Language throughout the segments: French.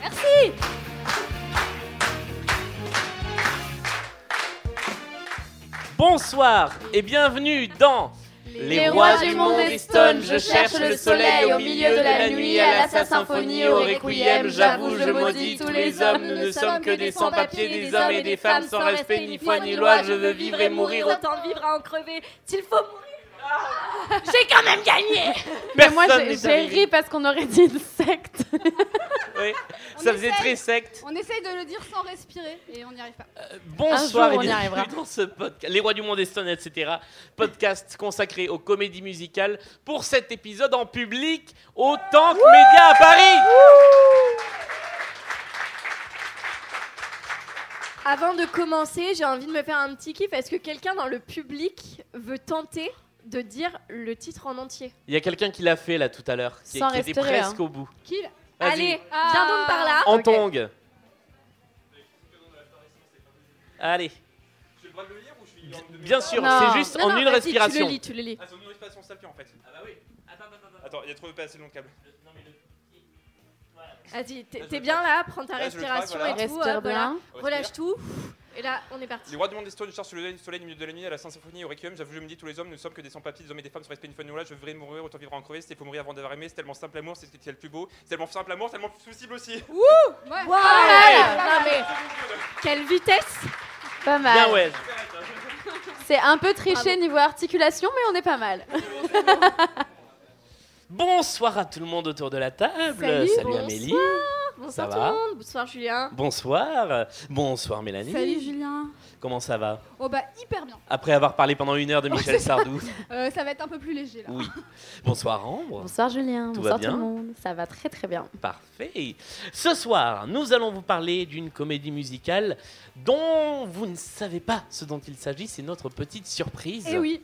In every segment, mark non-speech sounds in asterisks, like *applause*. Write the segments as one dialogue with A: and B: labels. A: Merci
B: Bonsoir et bienvenue dans
A: Les rois du monde est stone, je cherche le soleil au milieu de la nuit, à la sa symphonie, au requiem, j'avoue, je maudis tous les hommes, nous ne sommes que des sans-papiers, des hommes et des femmes sans respect, ni foi, ni loi, je veux vivre et mourir, autant de vivre à en crever, s'il faut mourir. J'ai quand même gagné
B: Personne
C: Moi, j'ai-
B: n'est
C: j'ai
B: arrivé.
C: ri parce qu'on aurait dit une secte.
A: *laughs*
B: Oui,
D: On
B: Ça faisait
D: essaye.
B: très secte.
D: On essaye de le dire sans respirer et on n'y arrive pas.
B: Euh, Bonsoir
C: Un jour, on
B: et
C: y
B: bienvenue
C: arrivera.
B: dans ce podcast. Les rois du monde est stone, etc. Podcast consacré aux comédies musicales pour cet épisode en public au Tank Média à Paris.
A: Avant de commencer, j'ai envie de me faire un petit kiff. Est-ce que quelqu'un dans le public veut tenter de dire le titre en entier
B: Il y a quelqu'un qui l'a fait là tout à l'heure, qui,
C: Sans hein.
B: qui était
C: respirer,
B: presque au bout.
D: Qui là
B: Vas-y.
A: Allez,
D: Ah.
A: viens donc par là.
B: En
A: Ok.
B: tongue. Allez. Bien sûr,
C: Non.
B: c'est juste
C: Non,
B: en
C: non,
B: une
C: vas-y,
B: respiration.
C: Tu le lis, tu le lis.
E: Ah, c'est une respiration salpie en fait. Ah bah oui. Attends, attends, attends. Attends, il y a trop pas assez long câble.
A: Vas-y, t'es t'es bien là, prends ta
E: Là, je le traque,
A: respiration
E: voilà.
A: et tout.
C: Respire
A: hop, voilà.
C: bien.
E: Respire.
A: Relâche tout. Et là, on est parti.
E: Oh, Les rois du monde des stones, je cherche le soleil au milieu de la nuit, à la sainte symphonie, au requiem. J'avoue, je me dis, tous les hommes, nous sommes que des sans-papiers, des hommes et des femmes, sans respect une fois nous là. Je voudrais mourir, autant vivre à en crever. C'est faut mourir avant d'avoir aimé. C'est tellement simple amour, c'est c'est le plus beau. C'est tellement simple amour, c'est tellement possible aussi.
D: Ouais.
A: Waouh Non, mais quelle vitesse
B: Bien
C: Pas mal.
B: ouais.
C: C'est un peu triché
A: Bravo.
C: niveau articulation, mais on est pas mal.
B: Bonsoir à tout le monde autour de la table.
A: Salut, bonsoir.
B: Amélie. Ça
A: Bonsoir tout
B: va
A: le monde, bonsoir Julien.
B: Bonsoir. Bonsoir Mélanie.
D: Salut Julien.
B: Comment ça va
D: Oh bah hyper bien.
B: Après avoir parlé pendant une heure de
D: *laughs*
B: Michel Sardou.
D: Euh, ça va être un peu plus léger là.
B: Oui. Bonsoir Ambre.
C: Bonsoir Julien,
B: Tout va
C: bonsoir
B: bien
C: tout le monde. Ça va très très bien.
B: Parfait. Ce soir, nous allons vous parler d'une comédie musicale dont vous ne savez pas ce dont il s'agit. C'est notre petite surprise.
D: Eh oui.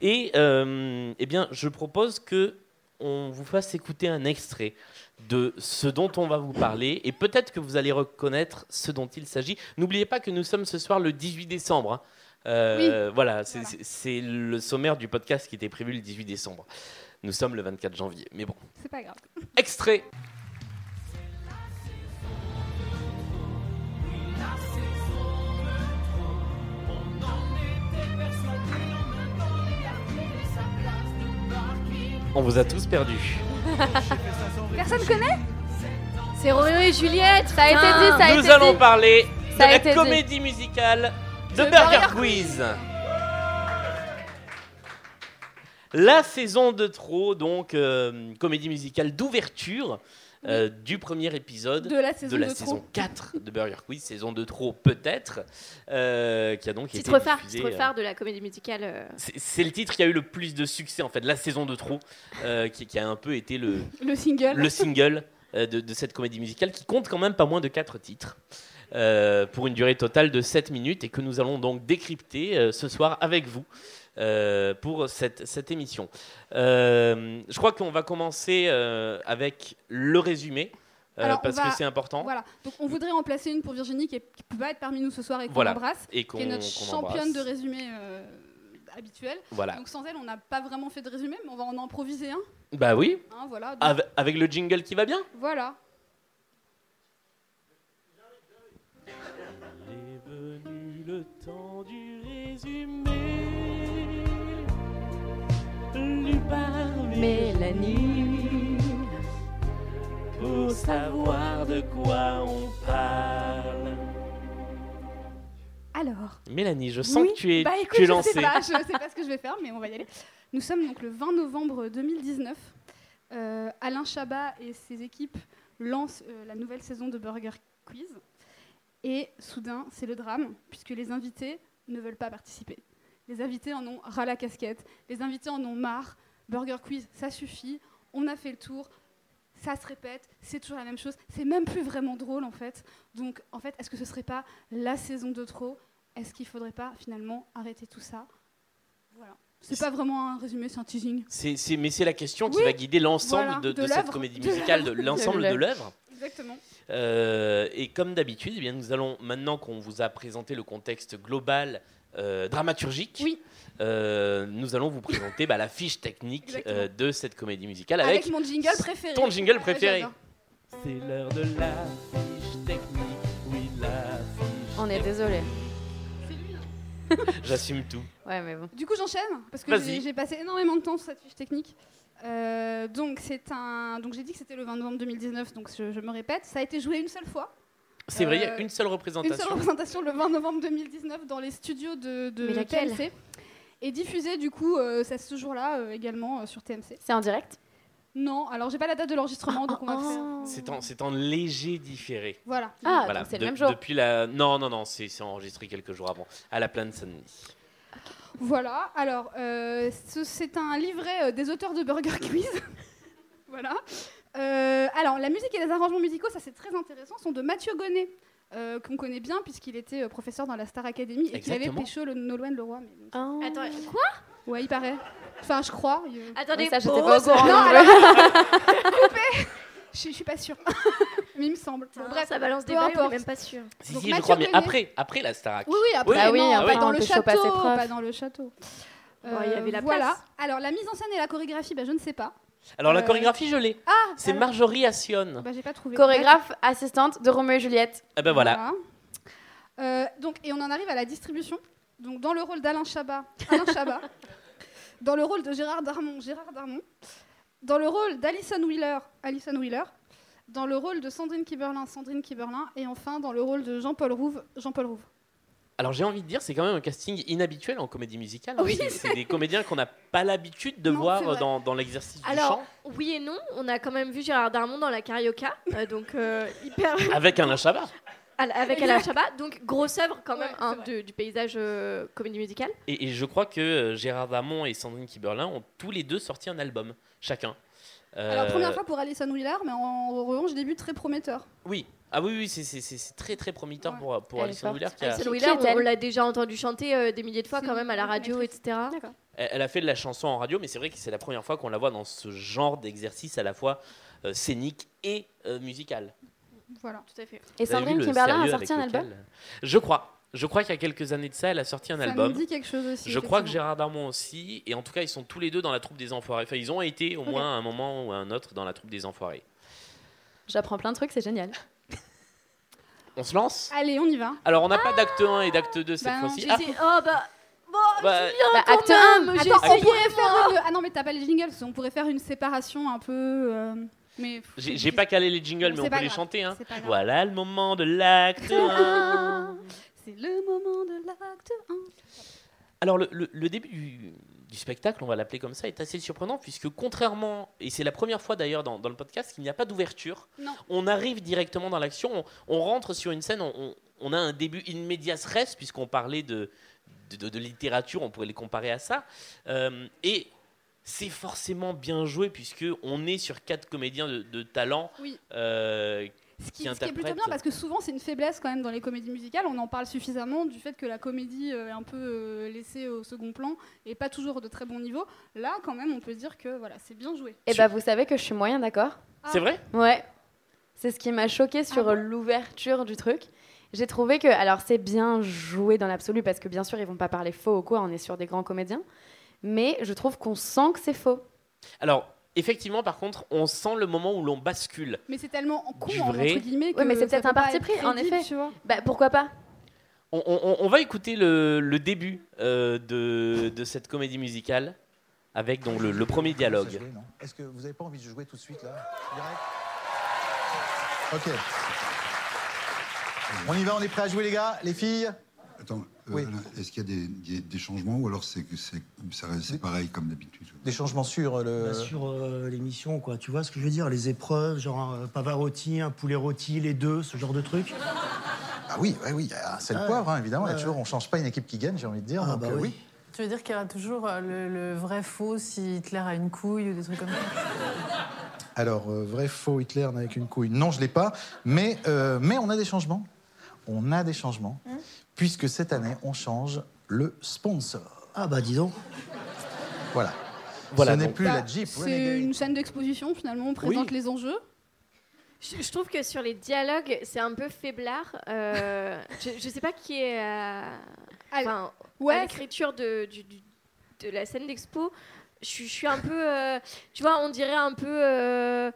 B: Et euh, eh bien, je propose que on vous fasse écouter un extrait de ce dont on va vous parler et peut-être que vous allez reconnaître ce dont il s'agit. N'oubliez pas que nous sommes ce soir le 18 décembre. hein. Euh, Voilà, c'est
D: Voilà.
B: c'est le sommaire du podcast qui était prévu le 18 décembre. Nous sommes le 24 janvier, mais bon.
D: C'est pas grave.
B: Extrait On vous a tous perdus.
D: Personne connaît
A: C'est Roméo et Juliette,
C: Ça a
A: putain.
C: été dit, ça a été
B: Nous allons
C: dit.
B: parler de
C: Ça a
B: la
C: été dit.
B: comédie musicale de
A: Le
B: Burger
A: Burger
B: Quiz. La saison de trop, donc euh, comédie musicale d'ouverture euh, du premier épisode
D: de la saison
B: de la
D: de
B: saison
D: trop.
B: 4 de Burger Quiz, saison de trop peut-être, euh, qui a donc été
A: Titre phare,
B: diffusée,
A: titre
B: euh,
A: phare de la comédie musicale. euh,
B: c'est c'est le titre qui a eu le plus de succès en fait, la saison de trop, euh, qui, qui a un peu été le,
D: Le single.
B: le single euh, de, de cette comédie musicale qui compte quand même pas moins de 4 titres euh, pour une durée totale de 7 minutes et que nous allons donc décrypter euh, ce soir avec vous euh, pour cette, cette émission. Euh, je crois qu'on va commencer euh, avec le résumé euh,
D: Alors, on
B: parce
D: va-
B: que c'est important
D: Voilà. Donc on voudrait en placer une pour Virginie qui, est- qui peut pas être parmi nous ce soir et qu'on
B: Voilà.
D: embrasse,
B: et qu'on
D: qui est notre
B: qu'on
D: championne
B: embrasse. Bah.
D: de résumé euh, habituel.
B: Voilà.
D: Donc sans elle, on n'a pas vraiment fait de résumé, mais on va en improviser un.
B: Bah oui,
D: Hein, voilà. Donc,
B: ave- avec le jingle qui va bien.
D: Voilà.
B: est venu le temps du résumé. Lui parler Mélanie pour savoir de quoi on parle.
D: Alors.
B: Mélanie, je sens
D: Oui.
B: que tu es,
D: Bah écoute,
B: tu es
D: bah je sais
B: lancée.
D: pas, je sais pas ce que je vais faire, mais on va y aller. Nous sommes donc le 20 novembre 2019. Euh, Alain Chabat et ses équipes lancent euh, la nouvelle saison de Burger Quiz. Et soudain, c'est le drame, puisque les invités ne veulent pas participer. Les invités en ont ras la casquette, les invités en ont marre. Burger Quiz, ça suffit, on a fait le tour, ça se répète, c'est toujours la même chose, c'est même plus vraiment drôle en fait. Donc en fait, est-ce que ce serait pas la saison de trop Est-ce qu'il faudrait pas finalement arrêter tout ça Voilà. C'est pas vraiment un résumé, c'est un teasing.
B: C'est- c'est- mais c'est la question qui
D: Oui,
B: va guider l'ensemble
D: voilà,
B: de,
D: de
B: de cette
D: l'œuvre.
B: comédie
D: De
B: musicale,
D: *laughs*
B: de l'ensemble de
C: l'œuvre.
B: l'œuvre.
D: Exactement.
B: Euh, et comme d'habitude, eh bien, nous allons, maintenant qu'on vous a présenté le contexte global euh, dramaturgique,
D: Oui.
B: euh, nous allons vous présenter bah, la fiche technique
D: Exactement.
B: euh, de cette comédie musicale
D: Avec,
B: avec
D: mon jingle préféré.
B: ton jingle
D: Ah,
B: préféré.
D: j'adore.
B: C'est l'heure de la fiche technique. Oui, la fiche
C: On est désolé.
B: technique. *laughs* J'assume tout.
C: Ouais, mais bon.
D: Du coup, j'enchaîne parce que
B: Vas-y.
D: j'ai j'ai passé énormément de temps sur cette fiche technique. Euh, donc c'est un. Donc j'ai dit que c'était le 20 novembre 2019, donc je, je me répète. Ça a été joué une seule fois,
B: C'est vrai, il y a
D: Euh,
B: une seule
D: une seule
B: représentation.
D: représentation le 20 novembre 2019 dans les studios de, de
C: Mais laquelle
D: TMC et diffusée du coup euh, ça ce jour-là euh, également euh, sur TMC.
C: C'est en direct
D: Non, alors j'ai pas la date de l'enregistrement, donc on va faire.
B: C'est en, c'est en léger différé.
D: Voilà.
C: Ah,
B: Voilà,
C: donc c'est
B: de-
C: le même jour.
B: Depuis la... Non, non, non, c'est c'est enregistré quelques jours avant, à la plaine Saint-Denis.
D: Voilà, alors euh, ce- c'est un livret euh, des auteurs de Burger Quiz. *laughs* voilà. Euh, alors la musique et les arrangements musicaux, ça c'est très intéressant, sont de Mathieu Gonnet, euh, qu'on connaît bien puisqu'il était euh, professeur dans la Star Academy et qu'il avait
B: Exactement.
D: pécho le Nolwenn Leroy. Mais bon,
C: Ah.
A: Attends,
D: ça- Ouais, il paraît. Enfin, je crois. il-
A: attendez,
C: Oui, ça, j'étais
A: pause.
C: pas au courant.
D: Non,
C: non,
D: alors.
A: *laughs*
D: Coupé Je je suis pas sûre. *laughs* mais il me semble. Bon,
A: Putain,
D: bref.
A: Ah, ça balance des
D: peu
A: bails, on est
D: importe.
A: même pas sûr.
B: Si,
D: Donc
B: si, je
D: Mathieu
B: crois, mais
D: Gonnet.
B: après, après la Starac.
D: Oui, oui, après,
C: Bah oui,
D: non,
C: après,
D: pas dans
C: on
D: le
C: peut choper à
D: château,
C: ses profs.
D: pas dans le château. Euh,
A: Bon, il y avait la
D: voilà.
A: place.
D: Alors la mise en scène et la chorégraphie, bah, je ne sais pas.
B: Alors la
D: Euh,
B: chorégraphie, je l'ai.
D: Ah,
B: C'est
D: alors-
B: Marjorie Assion.
D: Bah, j'ai pas trouvé.
C: *laughs* Chorégraphe assistante de Roméo et Juliette.
B: Ah ben voilà.
D: Voilà. Euh, donc, et on en arrive à la distribution. Donc, dans le rôle d'Alain Chabat, Alain
A: *laughs*
D: Chabat. dans le rôle de Gérard Darmon, Gérard Darmon. Dans le rôle d'Alison Wheeler, Alison Wheeler. Dans le rôle de Sandrine Kiberlin, Sandrine Kiberlin. Et enfin, dans le rôle de Jean-Paul Rouve, Jean-Paul Rouve.
B: Alors j'ai envie de dire, c'est quand même un casting inhabituel en comédie musicale. hein.
A: Oui,
B: C'est- c'est des comédiens qu'on n'a pas l'habitude de
D: Non, c'est
B: voir
D: vrai.
B: dans, dans l'exercice du
A: Alors,
B: chant.
A: oui et non, on a quand même vu Gérard Darmon dans la carioca, euh, donc euh, hyper
B: Avec un Chabat.
A: à la- avec Alain Chabat, donc grosse œuvre quand même
D: Ouais,
A: hein,
D: c'est
A: de- du paysage euh, comédie musicale.
B: Et, et je crois que euh, Gérard Damon et Sandrine Kiberlin ont tous les deux sorti un album, chacun. Euh,
D: Alors, première fois pour Alison Wheeler, mais en, en revanche, début très prometteur.
B: Oui. Ah oui, oui, c'est- c'est c'est- c'est très très prometteur
D: Ouais.
B: pour, pour
C: Elle est
B: Alison
C: forte.
B: Wheeler qui a-
A: Alison
C: Qui-
A: Wheeler,
C: qui est-elle
A: on, on l'a déjà entendu chanter euh, des milliers de fois
D: C'est
A: quand même à la
D: une
A: radio,
D: actrice. Ah.
A: etc.
C: D'accord.
B: Elle elle a fait de la chanson en radio, mais c'est vrai que c'est la première fois qu'on la voit dans ce genre d'exercice à la fois euh, scénique et euh, musical.
D: Voilà.
A: Tout à fait.
C: Et
B: Vous avez
C: Sandrine
B: vu le
C: Kimberlin a
B: sérieux
C: sorti un
B: avec
C: album
B: lequel Je crois. Je crois qu'il y a quelques années de ça, elle a sorti un
D: Ça
B: album.
D: me dit quelque chose aussi.
B: Je crois que
D: effectivement.
B: Gérard Darmon aussi, et en tout cas, ils sont tous les deux dans la troupe des Enfoirés. Enfin, ils ont été au
D: Ok.
B: moins à un moment ou à un autre dans la troupe des Enfoirés.
C: J'apprends plein de trucs, c'est génial.
B: On se lance
D: Allez, on y va.
B: Alors, on n'a pas d'acte 1 et d'acte 2 cette
D: Bah non,
B: fois-ci.
A: Je sais- oh bah, bon,
B: Bah,
C: Bah,
A: quand
C: acte
A: même,
C: 1
A: j'ai
D: Attends, on
A: essayé,
D: pourrait
A: moi.
D: faire une... Ah non, mais t'as pas les jingles, on pourrait faire une séparation un peu. euh, Mais.
B: j'ai j'ai pas calé les jingles, mais
D: C'est
B: on peut
D: pas
B: les
D: grave,
B: chanter. hein.
D: c'est pas grave.
B: Voilà le moment de l'acte
D: *laughs*
B: 1.
D: C'est le moment de l'acte 1.
B: Alors, le, le- le début du, du spectacle, on va l'appeler comme ça, est assez surprenant puisque, contrairement, et c'est la première fois d'ailleurs dans, dans le podcast, qu'il n'y a pas d'ouverture.
D: Non.
B: On arrive directement dans l'action, on, on rentre sur une scène, on, on- on a un début in medias res, puisqu'on parlait de, de, de- de littérature, on pourrait les comparer à ça. Euh, et. C'est forcément bien joué puisque on est sur quatre comédiens de, de talent
D: Oui.
B: euh,
D: Ce
B: Qui
D: qui, ce qui est plutôt
B: interprète.
D: bien parce que souvent c'est une faiblesse quand même dans les comédies musicales. On en parle suffisamment du fait que la comédie euh, est un peu euh, laissée au second plan et pas toujours de très bon niveau. Là, quand même, on peut dire que voilà, c'est bien joué.
C: Et bah, vous savez que je suis moyen d'accord
D: Ah.
B: C'est vrai
C: Ouais. C'est ce qui m'a
F: Ah
C: choqué sur
D: bon
C: l'ouverture du truc. J'ai trouvé que, alors c'est bien joué dans l'absolu parce que bien sûr ils vont pas parler faux ou quoi, on est sur des grands comédiens, mais je trouve qu'on sent que c'est faux.
B: Alors, effectivement, par contre, on sent le moment où l'on bascule.
D: Mais c'est tellement con
B: Du
D: en-
B: vrai.
D: entre guillemets que
C: Ouais, mais c'est
D: ça
C: peut-être
D: peut
C: un
D: pas
C: parti
D: être
C: pris, en
D: crédible,
C: effet.
D: tu vois.
C: Bah pourquoi pas
B: On, on- on va écouter le, le début euh, de, de cette comédie musicale avec donc le, le premier dialogue.
G: Est-ce que vous n'avez pas envie de jouer tout de suite là Direct Ok. On y va, on est prêt à jouer les gars, les filles
H: Attends, euh,
I: Oui.
H: Alain, est-ce qu'il y a des, des- des changements ou alors c'est que c'est ça reste- c'est pareil comme d'habitude
I: Des changements sur le.
G: Bah, sur euh, l'émission, quoi. Tu vois ce que je veux dire Les épreuves, genre un pavarotti, un poulet rôti, les deux, ce genre de truc.
I: Ah oui, ouais, oui, il y a un sel
G: Ah,
I: poivre, hein, évidemment. Il y a
G: ouais. Ah, bah
I: toujours, on change pas une équipe qui gagne, j'ai envie de dire. donc, euh, oui.
J: Tu veux dire qu'il y aura toujours euh, le, le vrai faux si Hitler a une couille ou des trucs comme ça
I: Alors, euh, vrai, faux, Hitler avec une couille. Non, je l'ai pas. Mais, euh, mais on a des changements. On a des changements.
D: Hein
I: Puisque cette année, on change le sponsor.
G: Ah bah dis donc.
I: Voilà.
B: Voilà,
I: Ce n'est
B: donc-
I: plus
D: Bah,
I: la Jeep
D: C'est
I: Renegade.
D: une chaîne d'exposition, finalement, on présente les enjeux.
F: Je, je trouve que sur les dialogues, c'est un peu faiblard. Euh, *laughs* je, je sais pas qui est à,
D: À l-
F: enfin, à
D: Ouais,
F: l'écriture de, du- du- de la scène d'expo. Je, suis- je suis un peu, euh, tu vois, on dirait un peu, euh,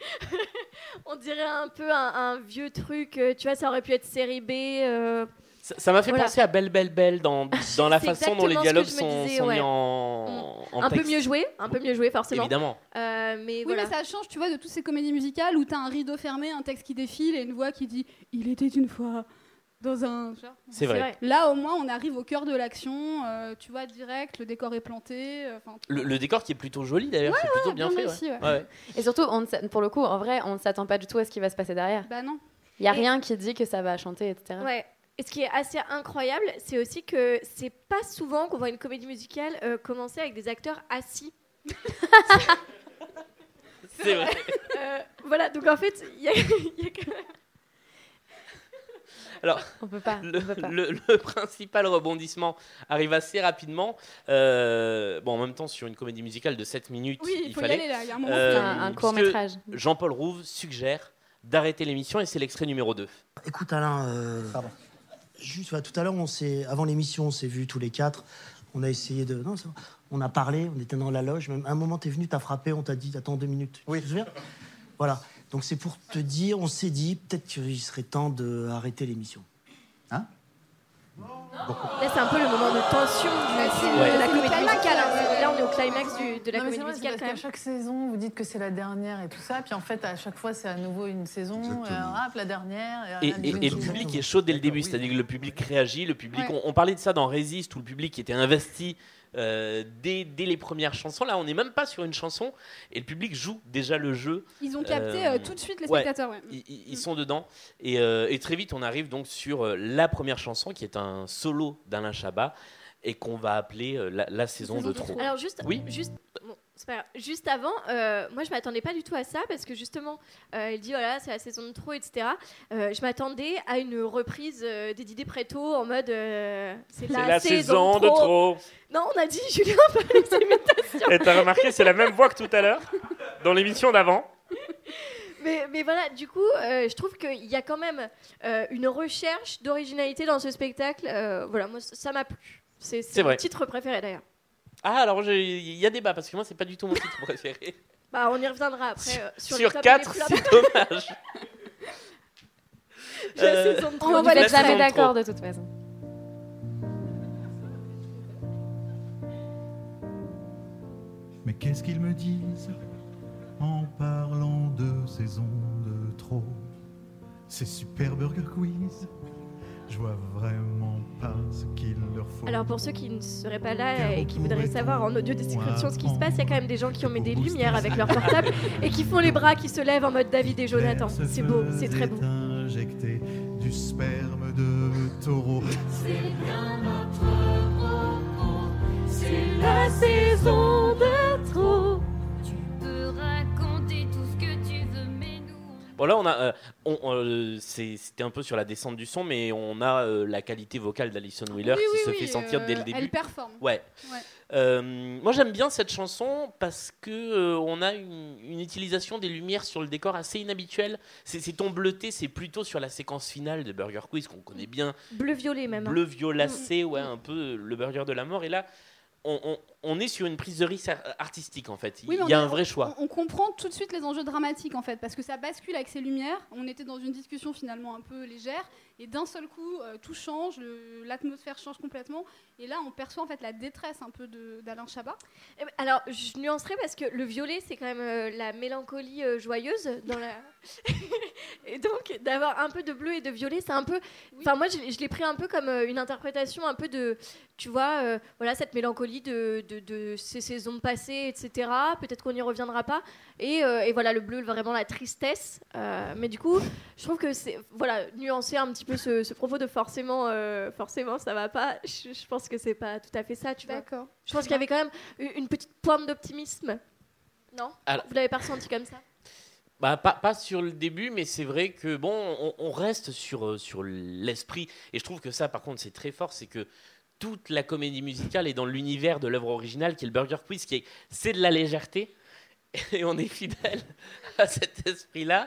F: *laughs* on dirait un peu un, un vieux truc. euh, Tu vois, ça aurait pu être série B. euh,
B: Ça ça m'a fait
F: Voilà.
B: penser à Belle Belle Belle dans, dans
F: *laughs*
B: la
F: C'est
B: façon dont
F: exactement ce
B: les
F: que
B: dialogues
F: je me
B: sont,
F: disais,
B: sont mis
F: ouais.
B: en, en
F: un peu
B: texte,
F: mieux joué, un peu mieux joué forcément.
B: Évidemment.
F: Euh, mais
D: Oui,
F: voilà.
D: mais ça change, tu vois, de toutes ces comédies musicales où t'as un rideau fermé, un texte qui défile et une voix qui dit Il était une fois dans un. tu vois.
B: C'est vrai.
D: Là, au moins, on arrive au cœur de l'action, euh, tu vois, direct, le décor est planté. euh, enfin,
B: Le, le décor qui est plutôt joli d'ailleurs, c'est plutôt bien, fait.
D: réussi, ouais.
B: ouais. Ouais, ouais.
C: Et surtout, on ne s'a- pour le coup, en vrai, on ne s'attend pas du tout à ce qui va se passer derrière.
D: Bah non.
C: Il n'y a
F: Et-
C: rien qui dit que ça va chanter, etc.
F: Ouais. Et ce qui est assez incroyable, c'est aussi que c'est pas souvent qu'on voit une comédie musicale euh, commencer avec des acteurs assis.
B: C'est
F: *laughs*
B: vrai.
F: Euh, voilà, donc en fait, il y a, *laughs* il y a quand même-
C: On peut pas.
B: Le,
C: on peut pas.
B: le- le principal rebondissement arrive assez rapidement. Euh, bon, en même temps, sur une comédie musicale de 7 minutes,
D: Oui,
B: il
D: il faut y
B: fallait.
D: aller là, il y a un moment.
B: Euh,
C: un,
B: puisque
C: court métrage.
B: Jean-Paul Rouve suggère d'arrêter l'émission et c'est l'extrait numéro 2.
G: Écoute Alain, euh,
I: Pardon.
G: juste voilà, tout à l'heure, on s'est, avant l'émission, on s'est vus tous les quatre. On a essayé de, non, ça va. on a parlé, on était dans la loge. Même à un moment, t'es venu, t'as frappé, on t'a dit, attends deux minutes.
I: Oui.
G: Tu te souviens Voilà. Donc c'est pour te dire, on s'est dit, peut-être qu'il serait temps d'arrêter l'émission.
F: là, c'est un peu le moment de tension du-
B: Ouais.
F: de la
D: c'est le
F: comédie
D: climax,
F: musicale. hein.
D: ouais, ouais.
F: Là, on est au climax du- de la
J: Non, Ah, mais c'est vrai,
F: comédie
J: c'est
F: musicale
J: parce
F: quand
J: qu'à
F: même.
J: chaque saison, vous dites que c'est la dernière et tout ça, puis en fait, à chaque fois, c'est à nouveau une saison,
K: euh,
J: et
H: Exactement.
K: ah,
J: hop, la dernière.
B: Et,
J: la
B: et- et le
J: deuxième.
B: public est chaud dès le début, c'est-à-dire que le public réagit, le public. On, on parlait de ça dans Résiste où le public était investi euh, dès, dès les premières chansons. Là, on n'est même pas sur une chanson et le public joue déjà le jeu.
D: Ils ont capté
B: Euh,
D: euh, tout de suite les
B: ouais.
D: spectateurs, ouais.
B: Ils, ils- ils sont dedans. Et, euh, et très vite, on arrive donc sur euh, la première chanson qui est un solo d'Alain Chabat et qu'on va appeler euh, la, la saison de trop.
F: Alors juste,
B: Oui.
F: juste, bon, c'est pas grave. juste avant, euh, moi je m'attendais pas du tout à ça parce que justement, euh, il dit voilà c'est la saison de trop, etc. Euh, je m'attendais à une reprise euh, des Didé Préto en mode euh, c'est la, saison, de, trop. Non, on a dit *laughs* Julien, fallait que c'est *laughs* méta-
B: Et t'as remarqué, c'est la même voix que tout à l'heure dans l'émission d'avant.
F: mais, mais voilà, du coup, euh, je trouve qu'il y a quand même euh, une recherche d'originalité dans ce spectacle. Euh, voilà, moi ça m'a plu. C'est
B: C'est
F: c'est
B: vrai.
F: mon titre préféré d'ailleurs.
B: Ah, alors j'ai- il y a débat parce que moi, c'est pas du tout mon titre *laughs* préféré.
F: Bah, on y reviendra après. euh, sur
B: sur
F: les tops et les
B: 4,
F: flops.
B: c'est dommage.
D: *laughs*
F: La
B: Euh,
F: saison de
C: On
F: Claude.
C: va
B: la
C: être jamais
B: saison de
C: d'accord
B: trop.
C: de toute façon.
H: Mais qu'est-ce qu'ils me disent en parlant de saison de trop C'est super burger quiz. Je vois vraiment pas ce qu'il leur faut.
F: Alors pour ceux qui ne seraient pas là et qui voudraient savoir en audio description ce qui se passe, il y a quand même des gens qui ont mis des lumières avec leur portable et qui font les bras qui se lèvent en mode David et Jonathan. C'est beau, c'est très beau.
H: Injecté du sperme de taureau.
F: La saison de trop.
B: Bon là on a, euh, on- on, euh, c'est- c'était un peu sur la descente du son, mais on a euh, la qualité vocale d'Alison Wheeler
D: Oui,
B: qui
D: oui,
B: se
D: oui,
B: fait sentir dès le
D: euh,
B: début.
D: Elle performe.
B: Ouais.
D: Ouais.
B: Euh, moi j'aime bien cette chanson parce que euh, on a une, une utilisation des lumières sur le décor assez inhabituelle. C'est c'est ton bleuté, c'est plutôt sur la séquence finale de Burger Quiz qu'on connaît bien,
F: Bleu violet même. hein.
D: Mm,
B: bleu violacé, ouais un peu le burger de la mort. Et là on, on- on est sur une prise de risque ar- artistique en fait. Il
D: Oui, mais
B: y a
D: on
B: un vrai choix.
D: On, on comprend tout de suite les enjeux dramatiques en fait, parce que ça bascule avec ces lumières. On était dans une discussion finalement un peu légère, et d'un seul coup, euh, tout change, le- l'atmosphère change complètement, et là, on perçoit en fait la détresse un peu de- d'Alain Chabat.
F: Eh ben, Alors, je nuancerai parce que le violet, c'est quand même euh, la mélancolie euh, joyeuse dans la. *laughs* et donc, d'avoir un peu de bleu et de violet, c'est un peu. Enfin, moi, je, l'ai- je l'ai pris un peu comme euh, une interprétation, un peu de, tu vois, euh, voilà, cette mélancolie de, de- de ces saisons passées, etc. Peut-être qu'on n'y reviendra pas. Et, euh, et voilà, le bleu, vraiment la tristesse. Euh, mais du coup, je trouve que c'est, voilà, nuancer un petit peu ce, ce propos de forcément, euh, forcément, ça va pas. Je, je pense que c'est pas tout à fait ça, tu vois.
D: D'accord.
F: Je pense qu'il y avait quand même u- une petite pointe d'optimisme. Non
B: Alors-
F: Vous l'avez pas ressenti comme ça
B: Bah, pas, pas sur le début, mais c'est vrai que bon, on, on reste sur, euh, sur l'esprit. Et je trouve que ça, par contre, c'est très fort, c'est que toute la comédie musicale est dans l'univers de l'œuvre originale, qui est le Burger Quiz, qui est c'est de la légèreté. Et on est fidèle à cet esprit-là.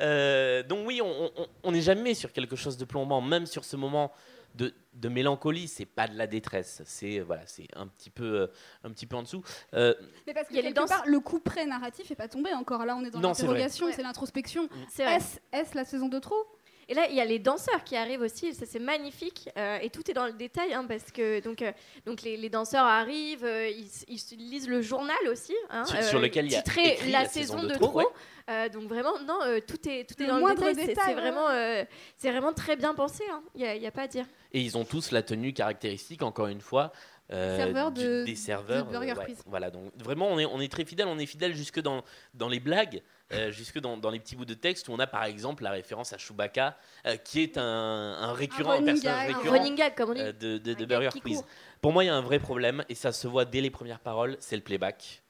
B: Euh, donc oui, on- on on n'est jamais sur quelque chose de plombant, même sur ce moment de, de mélancolie. C'est pas de la détresse, c'est euh, voilà, c'est un petit peu euh, un petit peu en dessous. Euh,
D: Mais parce que
F: Il y a les
D: quelque
F: danses-
D: part, le coup pré-narratif n'est pas tombé encore. Là, on est dans
B: Non, c'est vrai.
D: l'interrogation,
F: Ouais.
D: c'est l'introspection.
F: C'est vrai.
D: Est-ce est-ce la saison de trop
F: Et là, il y a les danseurs qui arrivent aussi, et ça c'est magnifique, euh, et tout est dans le détail, hein, parce que donc, euh, donc les, les danseurs arrivent, euh, ils, ils lisent le journal aussi, hein,
B: Sur- sur lequel il y a
F: titré
B: écrit
F: la, saison de trop.
B: ouais.
F: Euh, donc vraiment, non, euh, tout est, tout est
D: Le
F: dans le
D: moindre
F: détail, c'est-
D: détail,
F: c'est
D: ouais.
F: vraiment, euh, c'est vraiment très bien pensé, hein. il n'y a, il y a pas à dire.
B: Et ils ont tous la tenue caractéristique, encore une fois, euh,
D: Serveur
B: du-
D: de-
B: des serveurs.
D: de Burger
B: euh, ouais.
D: Quiz.
B: Voilà, donc vraiment, on est, on est très fidèle. On est fidèle jusque dans, dans les blagues, euh, jusque dans, dans les petits bouts de texte où on a par exemple la référence à Chewbacca, euh, qui est un, un récurrent, un
D: running
B: personnage
D: gag.
F: Un
D: Un
B: récurrent.
F: running gag, comme on dit.
B: euh, de, de- de
F: gag
B: Burger
F: qui
B: Quiz.
F: court.
B: Pour moi, il y a un vrai problème, et ça se voit dès les premières paroles, c'est le playback.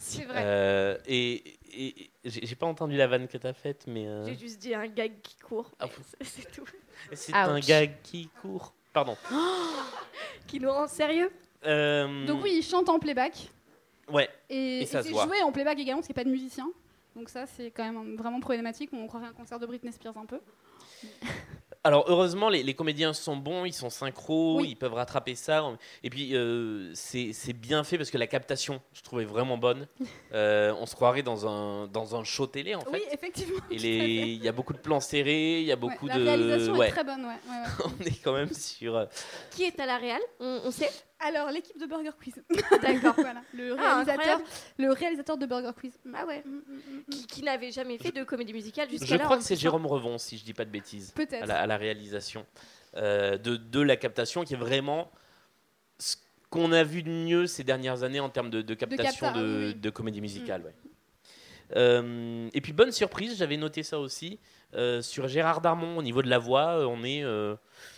F: c'est vrai.
B: Euh, et et- et j'ai j'ai pas entendu la vanne que t'as faite, mais euh,
F: J'ai juste dit un gag qui court,
B: Ah,
F: mais c'est- *laughs* c'est tout.
B: c'est un
C: Ouch.
B: gag qui court. Pardon.
F: Qui nous rend sérieux
B: Euh,
D: Donc oui, il chante en playback.
B: Ouais,
D: Et,
B: Et
D: et
B: ça se
D: c'est
B: voit.
D: joué en playback également, parce qu'il n'y a pas de musicien. Donc ça, c'est quand même euh, vraiment problématique. On croirait un concert de Britney Spears un peu.
B: Alors heureusement, les, les comédiens sont bons, ils sont synchro,
D: Oui.
B: ils peuvent rattraper ça. Et puis euh, c'est c'est bien fait parce que la captation, je trouvais vraiment
D: *laughs*
B: bonne. Euh, on se croirait dans un, dans un show télé en fait.
D: oui, effectivement.
B: Et les- il y a beaucoup de plans serrés, il y a
D: Ouais,
B: beaucoup
D: la
B: de.
D: réalisation
B: ouais,
D: est très bonne, ouais. ouais, ouais.
B: *laughs* on est quand même sur. euh,
F: Qui est à la réal on, on sait
D: *laughs* Alors, l'équipe de Burger *laughs* Quiz.
F: D'accord.
D: Voilà, le,
F: Ah,
D: réalisateur,
F: incroyable.
D: le réalisateur de Burger Quiz.
F: Ah ouais.
D: Mm, mm, mm, mm.
F: Qui, qui n'avait jamais fait de comédie musicale
B: Je
F: jusqu'alors.
B: crois que
F: en
B: c'est
F: plus, hein.
B: Jérôme Revon, si je dis pas de bêtises, à
D: Peut-être.
B: la, à la réalisation euh, de, de la captation qui est vraiment ce qu'on a vu de mieux ces dernières années en termes de, de captation de,
D: capta, ah oui, Mm. oui.
B: de comédie musicale. ouais. Euh, et puis bonne surprise, j'avais noté ça aussi euh, sur Gérard Darmon au niveau de la voix. euh, On est, euh,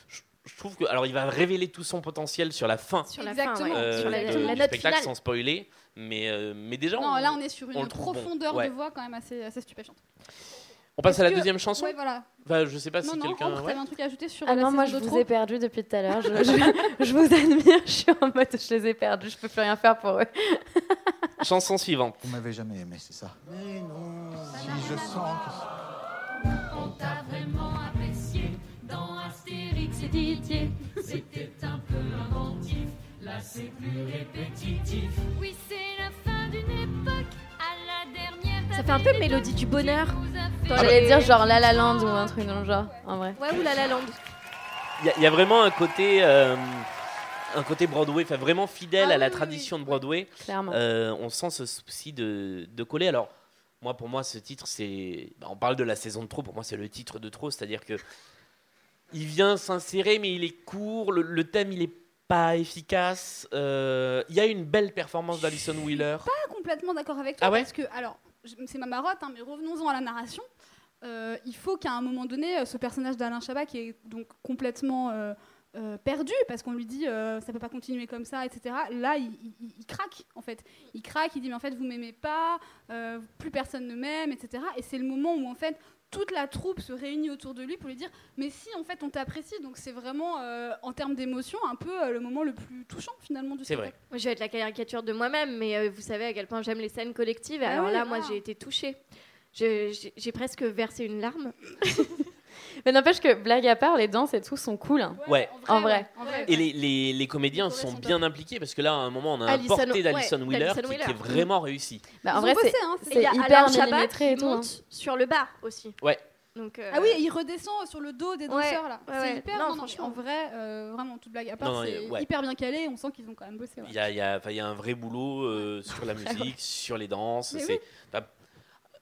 B: je, je trouve que alors il va révéler tout son potentiel sur la fin
F: Sur la
D: Exactement.
F: fin, ouais.
B: euh,
F: sur la,
B: de-
F: la
B: du
F: note
B: spectacle
F: finale.
B: sans spoiler, mais euh, mais déjà
D: Non,
B: on,
D: là, on est sur
B: on
D: une
B: le trouve bon.
D: profondeur
B: Ouais.
D: de voix quand même assez, assez stupéfiante.
B: on passe à la
D: est-ce que-
B: deuxième chanson.
D: Ouais, voilà.
B: Enfin, je sais pas
D: non,
B: si
D: non,
B: quelqu'un.
D: Ambre,
B: ouais.
D: t'avais un truc à ajouter sur
C: Ah
D: la
C: non, moi je
D: saison de
C: vous
D: trop
C: ai perdu depuis tout à l'heure. Je, je- *laughs* je vous admire, je suis en mode je les ai perdus, je peux plus rien faire pour eux.
B: Chanson suivante.
G: Vous m'avez jamais aimé, c'est ça
L: Mais non.
G: Si je sens que...
A: On t'a vraiment apprécié dans Astérix et Didier. C'était un peu inventif, là c'est plus répétitif. Oui, c'est la fin d'une époque, à la dernière.
F: Ça fait un peu Mélodie du bonheur.
A: Dans
F: Ah
C: J'allais dire genre La La Land ou un truc dans le genre, en vrai.
F: Ouais, ou La La Land.
B: Il y, a vraiment un côté, euh, un côté Broadway, enfin vraiment fidèle
F: Ah
B: à la
F: oui, oui,
B: tradition de Broadway.
C: Clairement.
B: Euh, on sent ce souci de, de coller. Alors, moi, pour moi, ce titre, c'est. bah, on parle de la saison de trop. Pour moi, c'est le titre de trop. C'est-à-dire que il vient s'insérer, mais il est court. Le, le thème, il est pas efficace. Euh, Il y a une belle performance d'Alison Wheeler.
D: pas complètement d'accord avec toi
B: Ah ouais
D: parce que alors je- c'est ma marotte hein, mais revenons-en à la narration Euh, il faut qu'à un moment donné euh, ce personnage d'Alain Chabat qui est donc complètement euh, euh, perdu parce qu'on lui dit euh, ça peut pas continuer comme ça etc là il, il- il- il craque en fait il craque il dit mais en fait vous m'aimez pas euh, plus personne ne m'aime etc et c'est le moment où en fait toute la troupe se réunit autour de lui pour lui dire mais si en fait on t'apprécie donc c'est vraiment euh, en termes d'émotion un peu euh, le moment le plus touchant finalement du
B: C'est vrai.
D: spectacle
F: Moi, Je vais être la caricature de moi-même, mais euh, vous savez à quel point j'aime les scènes collectives.
D: Ah
F: Alors
D: oui,
F: là, moi,
D: ah.
F: j'ai été touchée. Je- J'ai j'ai presque versé une larme.
C: Mais n'empêche que, blague à part, les danses et tout sont cool. hein.
B: Ouais.
C: En vrai.
B: Et les, les- les comédiens sont bien impliqués parce que là, à un moment, on a un
F: Alison-
B: porté d'Alison
F: ouais,
B: Wheeler
F: d'Alison
B: qui, qui
F: Wheeler.
B: est vraiment réussi.
C: Bah,
F: Ils
C: en
F: ont
C: vrai,
F: bossé,
C: c'est
F: hein. Et
C: c'est
F: il y a
C: hyper
F: Alain Chabat
C: millimétré et
F: qui
C: tout. hein.
F: monte sur le bar aussi.
B: Ouais.
F: Donc, euh,
D: Ah oui, et il redescend sur le dos des
F: Ouais,
D: danseurs là.
F: ouais,
D: c'est
F: ouais.
D: hyper.
F: Non,
D: Non, non,
F: franchement.
D: en vrai, euh, vraiment, toute blague à part,
B: Non, non,
D: c'est
B: euh, ouais.
D: hyper bien calé. On sent qu'ils ont quand même bossé. ouais.
B: Il y a, il y a- enfin, il y a un vrai boulot euh,
F: *laughs*
B: sur la musique, sur les danses.
D: Mais
B: c'est-
D: oui.
B: enfin,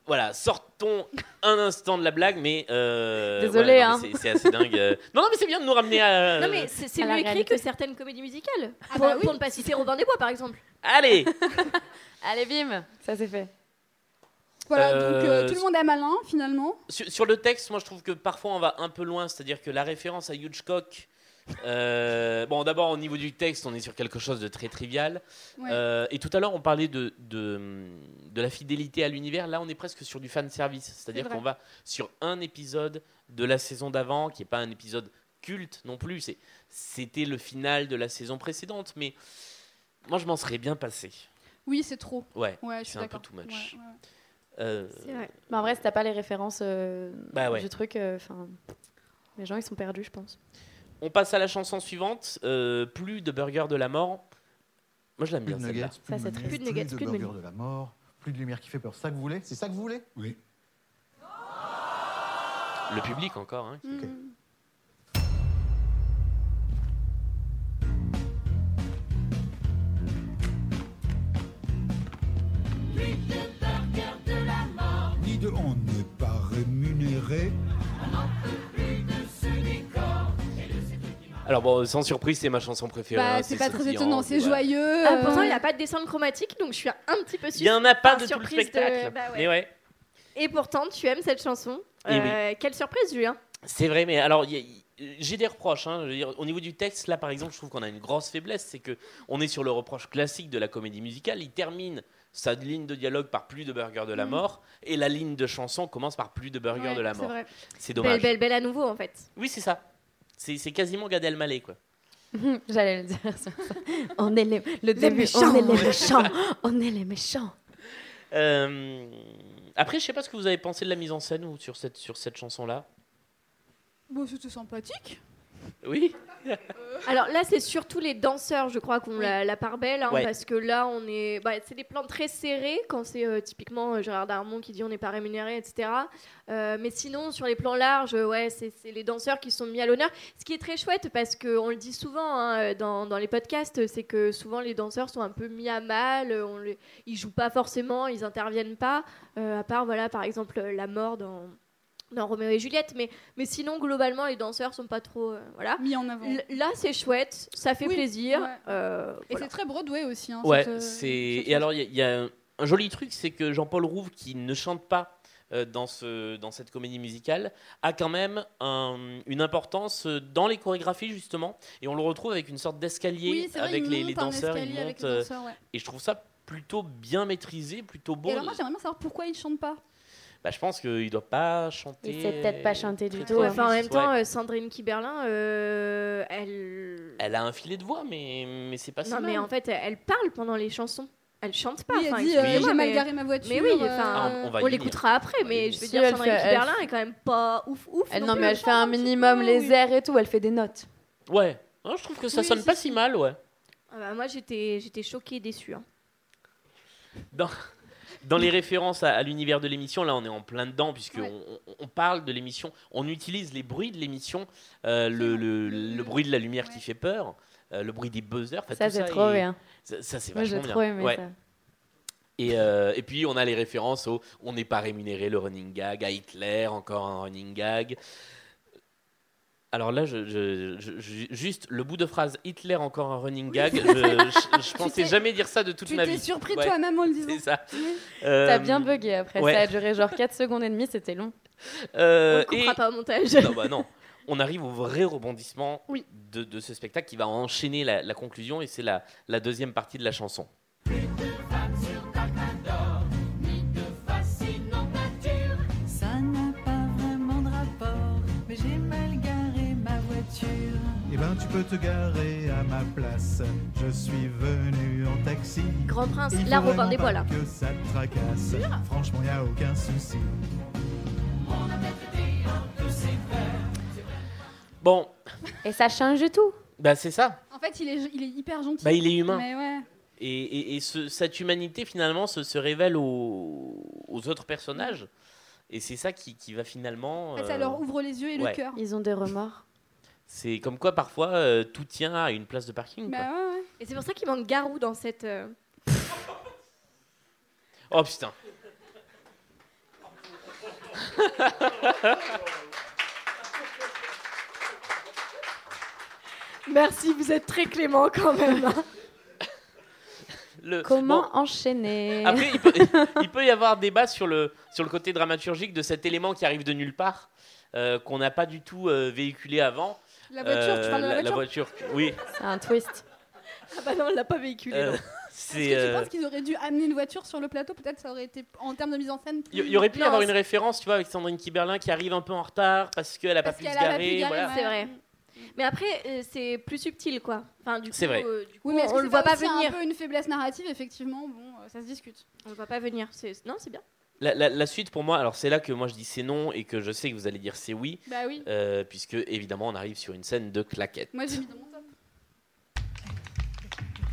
B: voilà, sortons un instant de la blague, mais. euh,
F: Désolé,
B: voilà, non, mais
F: hein.
B: c'est- C'est assez dingue.
F: *laughs*
B: euh. Non, non, mais c'est bien de nous ramener à. euh,
F: Non, mais c'est c'est
B: à
F: mieux
B: la
F: écrit
B: réalité.
F: que certaines comédies musicales. pour,
C: bah oui.
F: pour ne pas citer Robin des Bois, par exemple.
B: Allez
C: Allez, bim, ça c'est fait.
D: Voilà, donc euh,
B: Euh,
D: tout le monde est malin finalement.
F: *laughs*
B: Sur, sur le texte, moi je trouve que parfois on va un peu loin, c'est-à-dire que la référence à Hitchcock. euh, bon, d'abord au niveau du texte, on est sur quelque chose de très trivial.
D: Ouais.
B: Euh, et tout à l'heure, on parlait de, de, de la fidélité à l'univers. Là, on est presque sur du fan service, c'est-à-dire
K: vrai.
B: qu'on va sur un épisode de la saison d'avant, qui n'est pas un épisode culte non plus. C'est- C'était le final de la saison précédente, mais moi je m'en serais bien passé.
D: Oui, c'est trop.
B: Ouais,
D: Ouais, je suis
B: c'est un peu
D: d'accord.
B: too much. Euh,
C: Bah, en vrai, si t'as pas les références euh,
B: Bah ouais.
C: du truc, euh, 'fin, les gens ils sont perdus, je pense.
B: On passe à la chanson suivante. euh, plus de burger de la mort. Moi, je l'aime bien
G: Plus de
B: celle-là.
G: nuggets, plus, de nuggets, plus de burgers de la mort, plus de lumière qui fait peur. C'est ça que vous voulez C'est ça que vous voulez Oui.
B: Le public encore. hein.
D: Hmm.
H: Ni de on n'est pas rémunéré.
B: Alors bon, sans surprise, c'est ma chanson préférée.
F: Bah,
B: hein,
F: c'est pas très
B: Sophie
F: étonnant,
B: Ange,
F: c'est
B: voilà.
D: joyeux.
F: Ah,
D: euh,
F: pourtant, il n'y a pas de descente chromatique, donc je suis un petit peu
B: Il y en a pas de tout le
F: surprise
B: spectacle.
F: bah ouais.
B: Mais ouais,
F: Et pourtant, tu aimes cette chanson.
B: Eh
F: Euh, Quelle surprise, Julien.
B: c'est vrai. Mais alors, il y a- il- j'ai des reproches. hein, je veux dire, au niveau du texte, là, par exemple, je trouve qu'on a une grosse faiblesse, c'est que on est sur le reproche classique de la comédie musicale. Il termine sa ligne de dialogue par plus de burger de la
F: Mm.
B: mort, et la ligne de chanson commence par plus de burger
F: Ouais,
B: de la
F: c'est
B: mort.
F: vrai.
B: C'est dommage.
F: Belle, belle, belle à nouveau, en fait.
B: Oui, c'est ça. C'est c'est quasiment Gad Elmaleh, quoi.
C: *laughs* J'allais le dire. sur ça. *laughs* On est les, le début,
F: méchants.
C: on est les méchants. *laughs* on est les méchants.
B: Euh, Après, je sais pas ce que vous avez pensé de la mise en scène ou sur cette, sur cette chanson-là.
D: Bon, c'était sympathique.
B: Oui
F: Alors là, c'est surtout les danseurs, je crois, qu'on la, la part belle, hein,
B: Ouais.
F: parce que là, on est, bah, c'est des plans très serrés quand c'est euh, typiquement euh, Gérard Darmon qui dit on n'est pas rémunéré, etc. Euh, mais sinon, sur les plans larges, euh, ouais, c'est c'est les danseurs qui sont mis à l'honneur, ce qui est très chouette parce que on le dit souvent hein, euh, dans, dans les podcasts, c'est que souvent les danseurs sont un peu mis à mal, euh, on les, ils jouent pas forcément, ils interviennent pas, euh, à part voilà, par exemple, euh, la mort dans dans Roméo et Juliette, mais, mais sinon, globalement, les danseurs sont pas trop. euh, voilà.
D: Mis en avant.
F: là, c'est chouette, ça fait
D: Oui,
F: plaisir.
D: ouais.
F: euh,
D: Et
F: voilà.
D: c'est très Broadway aussi. hein,
B: Ouais,
D: cette, euh,
B: c'est. Et alors, il y, a- il y a un- un joli truc, c'est que Jean-Paul Rouve, qui ne chante pas euh, dans, ce, dans cette comédie musicale, a quand même un- une importance euh, dans les chorégraphies, justement. Et on le retrouve avec une sorte d'escalier
D: Oui, c'est vrai,
B: avec
D: il
B: les,
D: monte
B: les
D: un
B: danseurs.
D: escalier avec les
B: euh,
D: danseurs, ouais.
B: Et je trouve ça plutôt bien maîtrisé, plutôt
D: Et
B: bon.
D: alors, moi, j'aimerais bien savoir pourquoi ils chantent pas.
B: Bah, je pense qu'il ne doit pas chanter.
C: Il sait peut-être pas chanter du
B: Ouais.
C: tout.
F: Ouais,
C: hein.
F: enfin, en même temps,
B: Ouais.
F: euh, Sandrine Kiberlin, euh, elle.
B: Elle a un filet de voix, mais, mais c'est pas si
F: non, mais
B: mal.
F: en fait, elle parle pendant les chansons. Elle chante pas.
D: Oui, elle
F: enfin,
D: dit,
F: excusez-moi,
D: euh, j'ai mal
F: mais-
D: garé ma voiture,
F: Mais oui,
D: euh,
F: enfin,
B: Ah, on- on va y
F: on l'écoutera
B: venir.
F: après,
B: On va y
F: mais je
B: venir.
F: veux
C: Si,
F: dire,
C: elle
F: Sandrine
C: fait- elle
F: Kiberlin
C: fait-
F: est quand même pas ouf ouf.
C: Elle,
F: non
C: non,
F: plus, Ah,
C: mais elle fait un minimum les airs et tout, elle fait des notes.
B: Ouais, Non, je trouve que ça
F: Oui,
B: sonne
F: si,
B: pas
F: si.
B: si mal, ouais.
F: Ah bah, moi, j'étais j'étais choquée et déçue. hein.
B: Dans, dans les références à, à l'univers de l'émission, là on est en plein dedans puisque on, on- on parle de l'émission, on utilise les bruits de l'émission, euh, le, le- le bruit de la lumière qui fait peur, euh, le bruit des buzzers. enfin,
C: Ça,
B: tout
C: j'ai trop
B: est-
C: bien.
B: Ça, ça, c'est
C: Moi, j'ai
B: vachement
C: trop
B: bien.
C: aimé
B: Ouais.
C: ça.
B: Et, euh, et puis on a les références au on n'est pas rémunéré, le running gag, à Hitler, encore un running gag. Alors là, je, je- je- je- juste le bout de phrase Hitler, encore un running gag, je, je-
C: *laughs*
B: je pensais
D: t'es-
B: jamais dire ça de toute
D: tu
B: ma
D: t'es
B: vie.
D: surpris
B: Ouais.
D: toi-même en le disant.
B: C'est ça.
C: T'as
B: Euh,
C: bien bugué après,
B: ouais.
C: ça a duré genre 4 secondes et demie, c'était long.
B: Euh,
C: On le coupera
B: et-
C: pas au
B: *laughs*
C: montage.
B: Non, bah non. On arrive au vrai rebondissement de, de ce spectacle qui va enchaîner la, la conclusion et c'est la, la deuxième partie de la chanson.
K: Fascinante nature, ça n'a pas vraiment de rapport, mais j'ai mal garé ma voiture.
M: Eh ben tu peux te garer à ma place. Je suis venu en taxi.
F: Grand Prince,
M: Il faut
F: la Robin
M: vraiment
F: des hein.
M: pas
F: Bois, là.
M: Que ça te tracasse. Franchement y a aucun souci.
K: On a peut-être été un peu sévère,
B: Bon,
C: Et ça change tout.
B: bah c'est ça.
D: En fait, il est, il est hyper gentil.
B: Bah, il est humain.
D: Mais ouais.
B: Et, et- et ce- cette humanité, finalement, se, se révèle aux, aux autres personnages. Et c'est ça qui, qui va finalement.
D: En fait, ça
B: euh,
D: leur ouvre les yeux et
B: ouais.
D: le cœur.
C: Ils ont des remords.
B: C'est comme quoi, parfois, euh, tout tient à une place de parking.
C: Bah
D: Bah
B: quoi.
F: Et c'est pour ça qu'il manque Garou dans cette. euh,
B: Oh putain.
F: Merci, vous êtes très clément quand même. hein.
B: Le-
C: Comment
B: bon,
C: enchaîner
B: Après, il peut, *laughs* il peut y avoir débat sur le, sur le côté dramaturgique de cet élément qui arrive de nulle part, euh, qu'on n'a pas du tout euh, véhiculé avant.
C: La voiture, tu parles de la
B: Euh, voiture, oui.
C: C'est un twist.
F: Ah bah non, on l'a pas véhiculé.
B: *laughs* Euh,
F: non.
B: c'est,
D: Je
B: euh,
D: pense qu'ils auraient dû amener une voiture sur le plateau. Peut-être ça aurait été, en termes de mise en scène.
B: Il y, y aurait pu y
D: Non,
B: avoir
D: c'est-
B: une référence, tu vois, avec Sandrine Kiberlin qui arrive un peu en retard parce qu'elle a pas
F: Parce
B: pu se
F: qu'elle a la
B: garer.
F: plus
B: voilà.
F: c'est vrai. Mais après, euh, c'est plus subtil, quoi. Enfin, du coup,
B: C'est vrai.
F: euh, du coup,
D: Oui, mais est-ce
F: on
D: que
F: le
D: c'est
F: voit pas
D: aussi
F: venir.
D: un peu une faiblesse narrative, effectivement. Bon, euh, ça se discute.
F: On le voit pas venir. C'est- Non, c'est bien.
B: La, la- la suite pour moi, alors c'est là que moi je dis c'est non et que je sais que vous allez dire c'est oui,
D: Bah oui.
B: euh, puisque évidemment on arrive sur une scène de claquettes.
D: Moi, j'ai mis dans mon top.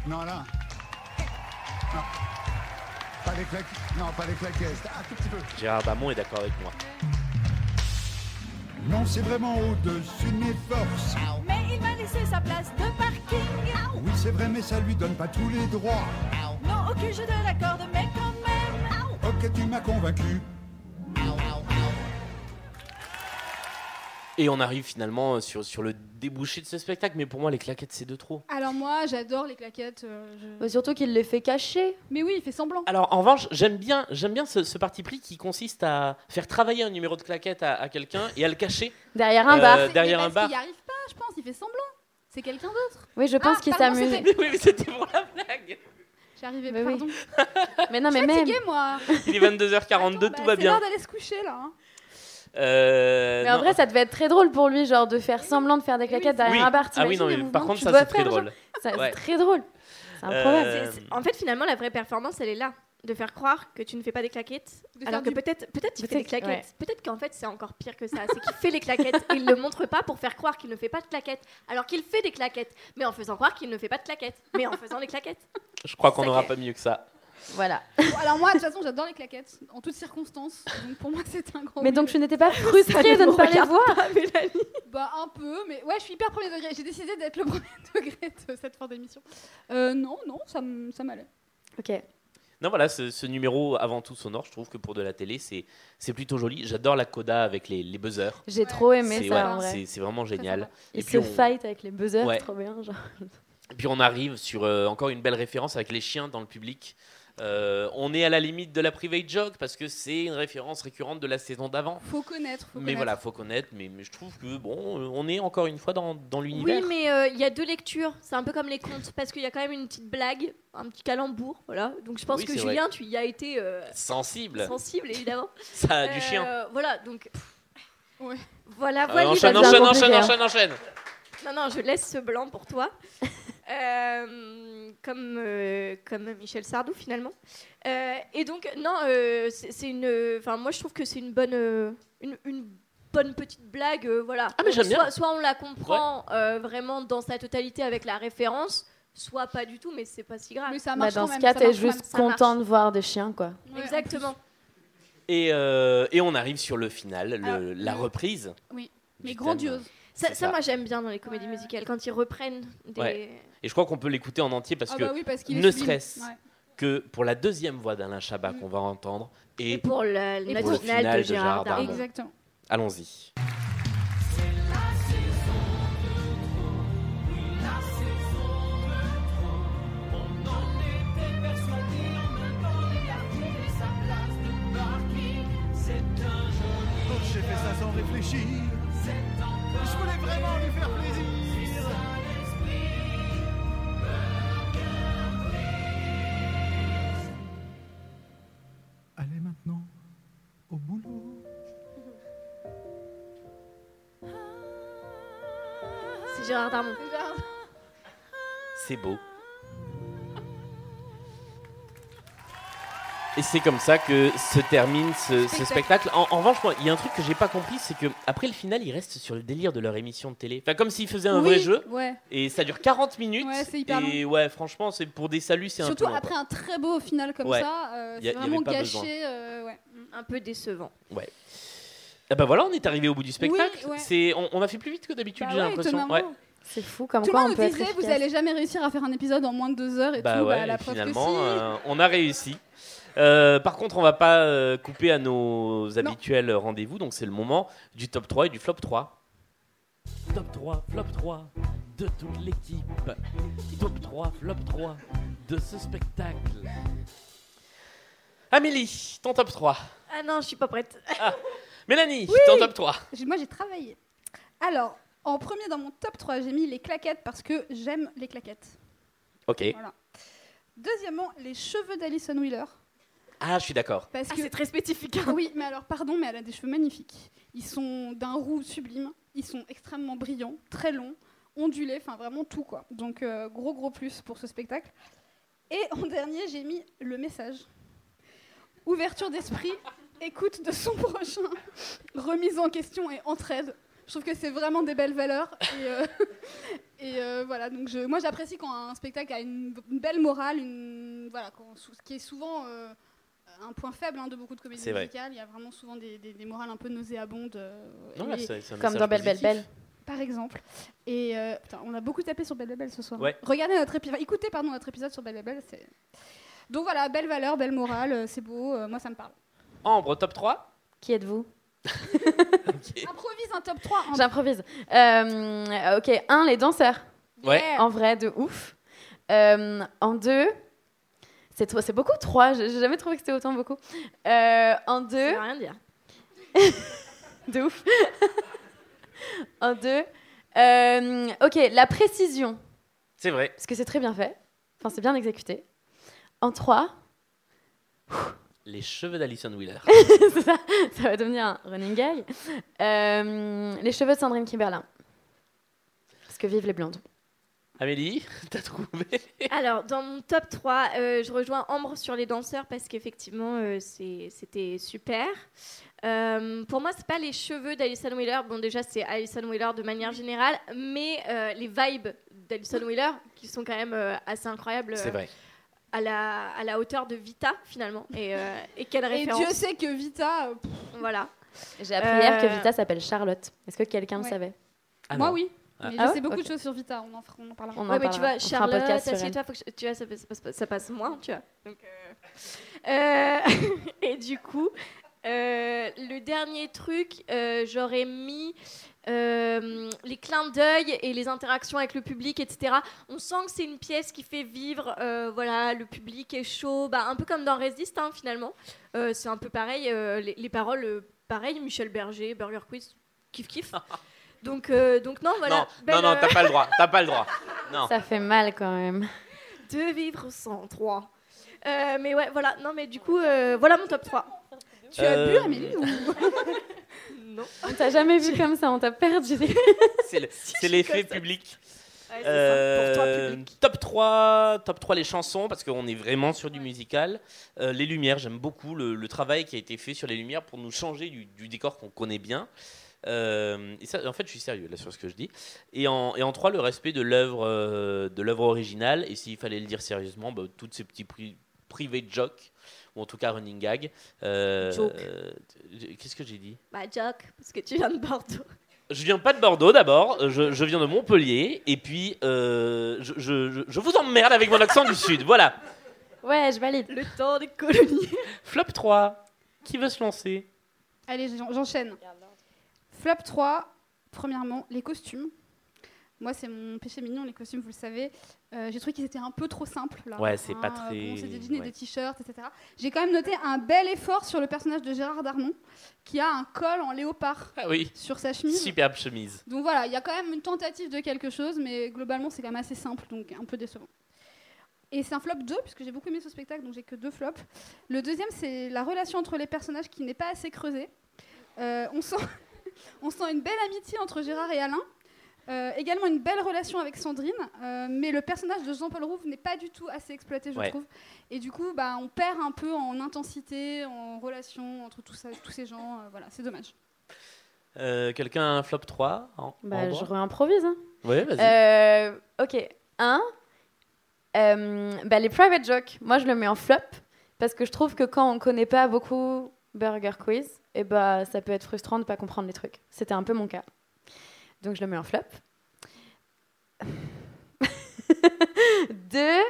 H: Non, là. Non. Pas les claquettes. Non, pas les claquettes. Un tout petit peu.
B: Gérard Damon est d'accord avec moi.
H: Non, c'est vraiment au-dessus de mes forces.
K: Ah, oh. Mais il m'a laissé sa place de parking. Ah, oh.
H: Oui, c'est vrai, mais ça lui donne pas tous les droits.
K: Non, ok, je te l'accorde, mais quand même. Ah, oh.
H: Ok, tu m'as convaincu.
B: Et on arrive finalement euh, sur, sur le débouché de ce spectacle, mais pour moi les claquettes c'est de trop.
D: Alors moi, j'adore les claquettes. euh, je-
C: Bah, Surtout qu'il les fait cacher.
D: Mais oui, il fait semblant.
B: Alors en revanche, j'aime bien, j'aime bien ce, ce parti pris qui consiste à faire travailler un numéro de claquette à, à quelqu'un et à le cacher.
C: Derrière un
B: Euh,
C: bar.
B: derrière un
D: Parce
B: bar.
D: qu'il n'y arrive pas, je pense. Il fait semblant. C'est quelqu'un d'autre.
C: Oui, je pense
D: Ah,
C: qu'il
D: pardon,
C: s'amuse.
D: c'était-
B: *laughs* oui, mais c'était pour la blague.
D: J'arrivais
C: Mais
D: pas.
C: oui.
D: Pardon.
C: Mais non, mais
D: Je suis
C: même.
D: fatiguée, moi.
B: Il est 22h42, tout va
D: C'est l'heure
B: bien.
D: d'aller se coucher là. hein.
B: Euh,
C: bah, Mais en
B: non.
C: vrai, ça devait être très drôle pour lui, genre de faire semblant de faire des claquettes derrière
B: Oui.
C: un
B: Ah
C: bar.
B: oui,
C: t'imagines
B: non,
C: les
B: mais
C: mouvements
B: par
C: que
B: contre,
C: tu
B: ça,
C: dois
B: c'est très
C: faire, genre.
B: drôle.
C: Ça,
B: Ouais.
C: C'est très drôle. C'est improbable.
B: Euh,
F: C'est- c'est- En fait, finalement, la vraie performance, elle est là. De faire croire que tu ne fais pas des claquettes,
D: De
F: alors
D: faire
F: que
D: du-
F: peut-être peut-être tu fais des
C: Peut-être,
F: claquettes.
C: ouais.
F: Peut-être qu'en fait, c'est encore pire que ça. C'est qu'il fait les claquettes, il ne le montre pas pour faire croire qu'il ne fait pas de claquettes, alors qu'il fait des claquettes, mais en faisant croire qu'il ne fait pas de claquettes, mais en faisant des *laughs* claquettes.
B: Je crois qu'on n'aura pas mieux que ça.
C: Voilà. *laughs*
D: Bon, alors moi, de toute façon, j'adore les claquettes en toutes circonstances. Donc pour moi, c'est un grand.
C: Mais donc,
D: oui.
C: je
D: *laughs*
C: n'étais pas frustrée de ne pas les voir.
D: Bah un peu, mais ouais, je suis hyper premier degré. J'ai décidé d'être le premier *laughs* degré de cette fin d'émission. Euh, non, non, ça m- ça m'allait.
C: Ok.
B: Non, voilà, ce, ce numéro avant tout sonore, je trouve que pour de la télé, c'est c'est plutôt joli. J'adore la coda avec les, les buzzers.
C: J'ai trop aimé
B: C'est
C: ça,
B: ouais,
C: en vrai.
B: c'est- c'est vraiment génial.
C: Il
B: et puis
C: se
B: on,
C: fight avec les buzzers,
B: Ouais.
C: trop bien. Genre.
B: puis on arrive sur euh, encore une belle référence avec les chiens dans le public. Euh, on est à la limite de la private joke parce que c'est une référence récurrente de la saison d'avant.
D: Faut connaître. Faut
B: Mais
D: connaître.
B: voilà, faut connaître. Mais, mais je trouve que bon, euh, on est encore une fois dans, dans l'univers.
F: Oui, mais euh, il y a deux lectures. C'est un peu comme les contes, parce qu'il y a quand même une petite blague, un petit calembour, voilà. Donc je pense
B: Oui,
F: que
B: c'est vrai.
F: Julien, tu y as été euh,
B: Sensible.
F: sensible, évidemment.
B: Ça a du chien.
F: Euh, Voilà, donc.
D: Ouais.
F: Voilà,
B: Euh,
F: voilà.
B: enchaîne, enchaîne, enchaîne, enchaîne, enchaîne.
F: Non, non, je laisse ce blanc pour
B: *laughs*
F: toi. Euh, comme, euh, comme Michel Sardou, finalement. Euh, et donc, non, euh, c'est c'est une. Enfin, moi, je trouve que c'est une bonne. euh, une, une bonne petite blague, euh, voilà.
B: Ah, mais j'aime
F: soit,
B: bien.
F: soit on la comprend euh, vraiment dans sa totalité avec la référence, soit pas du tout, mais c'est pas si grave.
D: Mais ça
C: Bah,
D: marche
C: dans
D: quand
C: ce
D: même,
C: cas,
D: ça
C: t'es
D: marche quand
C: juste
F: même, ça
C: content de voir des chiens, quoi.
D: même. Ouais, en
F: Exactement.
B: Et, euh, et on arrive sur le final, le- la reprise.
D: plus. Ah, Oui. Mais
B: Du
D: grandiose.
F: Ça,
B: C'est
F: ça,
B: ça.
F: moi, j'aime bien dans les comédies musicales, quand ils reprennent des.
B: Ouais. Et je crois qu'on peut l'écouter en entier parce
D: Ah
B: que
D: bah oui, parce qu'il est
B: ne
D: sublime.
B: serait-ce
D: Ouais.
B: que pour la deuxième voix d'Alain Chabat qu'on va entendre. Et,
F: Et pour la
D: Mm. Et
F: la
D: pour le
F: finale
B: final
F: de
B: de Gérard
F: Gérard Darmon.
B: Darmon.
D: Exactement.
B: allons-y.
H: J'ai fait ça sans réfléchir. Je voulais vraiment lui faire plaisir.
M: Allez maintenant au boulot.
F: C'est Gérard Darmon.
B: C'est beau. Et c'est comme ça que se termine ce, ce spectacle. En, en revanche, moi, il y a un truc que j'ai pas compris, c'est que après le final, ils restent sur le délire de leur émission de télé. Enfin, comme s'ils faisaient un
D: Oui,
B: vrai jeu.
D: ouais.
B: Et ça dure 40 minutes.
D: Ouais, c'est hyper
B: et ouais, franchement, c'est pour des saluts, c'est un peu.
D: Surtout
B: long,
D: après
B: quoi.
D: un très beau final comme
B: Ouais.
D: ça,
B: Y
D: euh,
B: a-
D: c'est
B: y avait
D: vraiment
B: pas
D: gâché,
B: besoin.
D: euh, ouais.
F: un peu décevant.
B: Ouais. Ah bah voilà, on est arrivé au bout du spectacle.
D: ouais.
B: C'est, on, on a fait plus vite que d'habitude,
D: Bah
B: j'ai
D: ouais,
B: l'impression.
D: étonnamment.
B: Ouais.
C: C'est fou comme
D: tout
C: quoi
D: le
C: on
D: monde
C: peut être
D: disait vous
C: efficace.
D: allez jamais réussir à faire un épisode en moins de deux heures et
B: Bah
D: tout,
B: ouais,
D: bah, la
B: et
D: preuve
B: finalement,
D: que si.
B: euh, on a réussi. Euh, par contre, on va pas euh, couper à nos habituels rendez-vous, donc c'est le moment du top 3 et du flop 3. Top 3, flop 3 de toute l'équipe. Top 3, flop 3 de ce spectacle. Amélie, ton top 3.
F: Ah non, je suis pas prête.
B: Mélanie,
D: Oui.
B: ton top 3.
D: J'ai- Moi, j'ai travaillé. Alors, en premier dans mon top 3, j'ai mis les claquettes parce que j'aime les claquettes.
B: Ok.
D: Voilà. Deuxièmement, les cheveux d'Alison Wheeler.
B: Ah, je suis d'accord.
D: Parce que c'est très spécifique.
F: hein.
D: *laughs* Oui, mais alors, pardon, mais elle a des cheveux magnifiques. Ils sont d'un roux sublime, ils sont extrêmement brillants, très longs, ondulés, enfin vraiment tout quoi. Donc, euh, gros, gros plus pour ce spectacle. Et en *laughs* dernier, j'ai mis le message. Ouverture d'esprit, écoute de son *laughs* prochain, remise en question et entraide. Je trouve que c'est vraiment des belles valeurs. Et, euh, *laughs* et, euh, voilà, donc je, moi j'apprécie quand un spectacle a une, une belle morale, une, voilà, quand, sou- ce qui est souvent euh, un point faible hein, de beaucoup de comédies
B: C'est vrai.
D: musicales. Il y a vraiment souvent des, des- des morales un peu nauséabondes. euh,
B: Non,
D: et-
B: là, c'est- c'est un Comme message dans Belle, Belle, positif. Belle.
D: Par exemple. Et euh, putain, on a beaucoup tapé sur Belle Belle Belle ce soir.
B: Ouais.
D: Regardez notre épisode, écoutez pardon, notre épisode sur Belle Belle Belle. c'est- Donc voilà, belle valeur, belle morale, euh, c'est beau, euh, moi ça me parle.
B: Ambre, top 3.
C: Qui êtes-vous
D: Improvise un top 3. hein.
C: J'improvise. Euh, ok, un, les danseurs.
B: Ouais.
C: En vrai, de ouf. Euh, en deux, c'est tro- c'est beaucoup, trois. J'ai j'ai jamais trouvé que c'était autant beaucoup. Euh, en deux. Ça
F: rien dire.
C: de ouf. *laughs* en deux. euh, ok, la précision,
B: C'est vrai.
C: parce que c'est très bien fait. Enfin, c'est bien exécuté. En trois, *laughs*
B: Les cheveux d'Alison Wheeler.
C: c'est ça, ça va devenir un running gag. Euh, les cheveux de Sandrine Kimberlin. Parce que vive les blondes.
B: Amélie, *laughs* t'as trouvé
F: *laughs* Alors, dans mon top 3, euh, je rejoins Ambre sur les danseurs parce qu'effectivement, euh, c'est- c'était super. Euh, pour moi, c'est pas les cheveux d'Alison Wheeler. Bon, déjà, c'est Alison Wheeler de manière générale, mais euh, les vibes d'Alison Wheeler qui sont quand même euh, assez incroyables.
B: C'est
F: euh,
B: vrai.
F: À la, à la hauteur de Vita, finalement. Et, euh, et quelle
D: Et
F: référence.
D: Dieu sait que Vita. euh, pff,
F: Voilà.
C: J'ai appris hier que Vita s'appelle Charlotte. Est-ce que quelqu'un
D: Ouais.
C: le savait
D: Moi oui. Mais
C: Ah
D: je
C: ouais
D: sais beaucoup
C: Ok.
D: de choses sur Vita, on en, fera- on en parlera.
C: On en
F: ouais, mais tu
C: parlera.
F: vois,
C: On fera un
F: Charlotte,
C: podcast sur
F: assieds-toi, faut que je- tu vois, ça passe, ça passe- ça passe moins, tu vois. Donc, euh, euh, *laughs* et du coup, euh, le dernier truc, euh, j'aurais mis euh, les clins d'œil et les interactions avec le public, etc. On sent que c'est une pièce qui fait vivre, euh, voilà, le public est chaud, bah, un peu comme dans Résiste, hein, finalement. Euh, c'est un peu pareil, euh, les, les paroles, euh, pareil, Michel Berger, Burger Quiz, kiff
B: *laughs*
F: kiff. Donc, euh, donc non, voilà.
B: non,
F: belle,
B: non, non, t'as
F: euh,
B: pas le droit. T'as pas le droit. Non.
C: Ça fait mal quand même.
F: de vivre sans trois. Euh, mais ouais, voilà. Non, mais du coup, euh, voilà mon top 3.
C: *laughs* Tu as bu,
B: Euh,
C: Amélie, ou-
F: Non.
C: On t'a jamais vu comme ça, on t'a perdu.
B: C'est
C: *laughs*
B: le- c'est l'effet public.
C: Ouais, c'est ça.
B: Euh,
C: Pour toi, public.
B: top 3, top 3 les chansons parce qu'on est vraiment sur du musical. Euh, les lumières, j'aime beaucoup le, le travail qui a été fait sur les lumières pour nous changer du, du décor qu'on connaît bien. Euh, et ça, en fait, je suis sérieux là sur ce que je dis. Et en, et en 3, le respect de l'œuvre euh, de l'œuvre originale. Et s'il fallait le dire sérieusement, bah, toutes ces petits pri privés jokes ou en tout cas running gag. Euh,
F: Joke.
B: euh, Qu'est-ce que j'ai dit
F: Bah, Jack, parce que tu viens de Bordeaux.
B: je viens pas de Bordeaux d'abord, euh, je, je viens de Montpellier, et puis euh, je, je- je- je vous emmerde avec mon accent du *laughs* sud, voilà.
C: Ouais, je valide.
F: *laughs* Le temps des colonies.
B: Flop 3, qui veut se lancer
D: Allez, j'en- j'enchaîne. Flop 3, premièrement, les costumes. Moi, c'est mon péché mignon, les costumes, vous le savez. Euh, j'ai trouvé qu'ils étaient un peu trop simples. Là.
B: Ouais, c'est pas
D: Euh,
B: très-
D: bon, c'est des jeans et
B: ouais.
D: des t-shirts, etc. J'ai quand même noté un bel effort sur le personnage de Gérard Darmon, qui a un col en léopard
B: Ah oui,
D: sur sa chemise.
B: *laughs* superbe chemise.
D: Donc voilà, il y a quand même une tentative de quelque chose, mais globalement, c'est quand même assez simple, donc un peu décevant. Et c'est un flop 2, puisque j'ai beaucoup aimé ce spectacle, donc j'ai que deux flops. Le deuxième, c'est la relation entre les personnages qui n'est pas *laughs* assez creusée. Euh, on, sent, on sent une belle amitié entre Gérard et Alain, Euh, également une belle relation avec Sandrine, euh, mais le personnage de Jean-Paul Rouve n'est pas du tout assez exploité, je
B: Ouais.
D: trouve. Et du coup, bah, on perd un peu en intensité, en relation entre tout ça- tous ces gens. euh, voilà, c'est dommage.
B: Euh, Quelqu'un a un flop 3 en,
C: Bah,
B: en
C: je
B: droit
C: réimprovise. hein.
B: Ouais, vas-y.
C: Euh, ok. Un, euh, bah, les private jokes, moi je le mets en flop parce que je trouve que quand on connaît pas beaucoup Burger Quiz, et bah, ça peut être frustrant de pas comprendre les trucs. C'était un peu mon cas. Donc je le mets en flop. *laughs* Deux,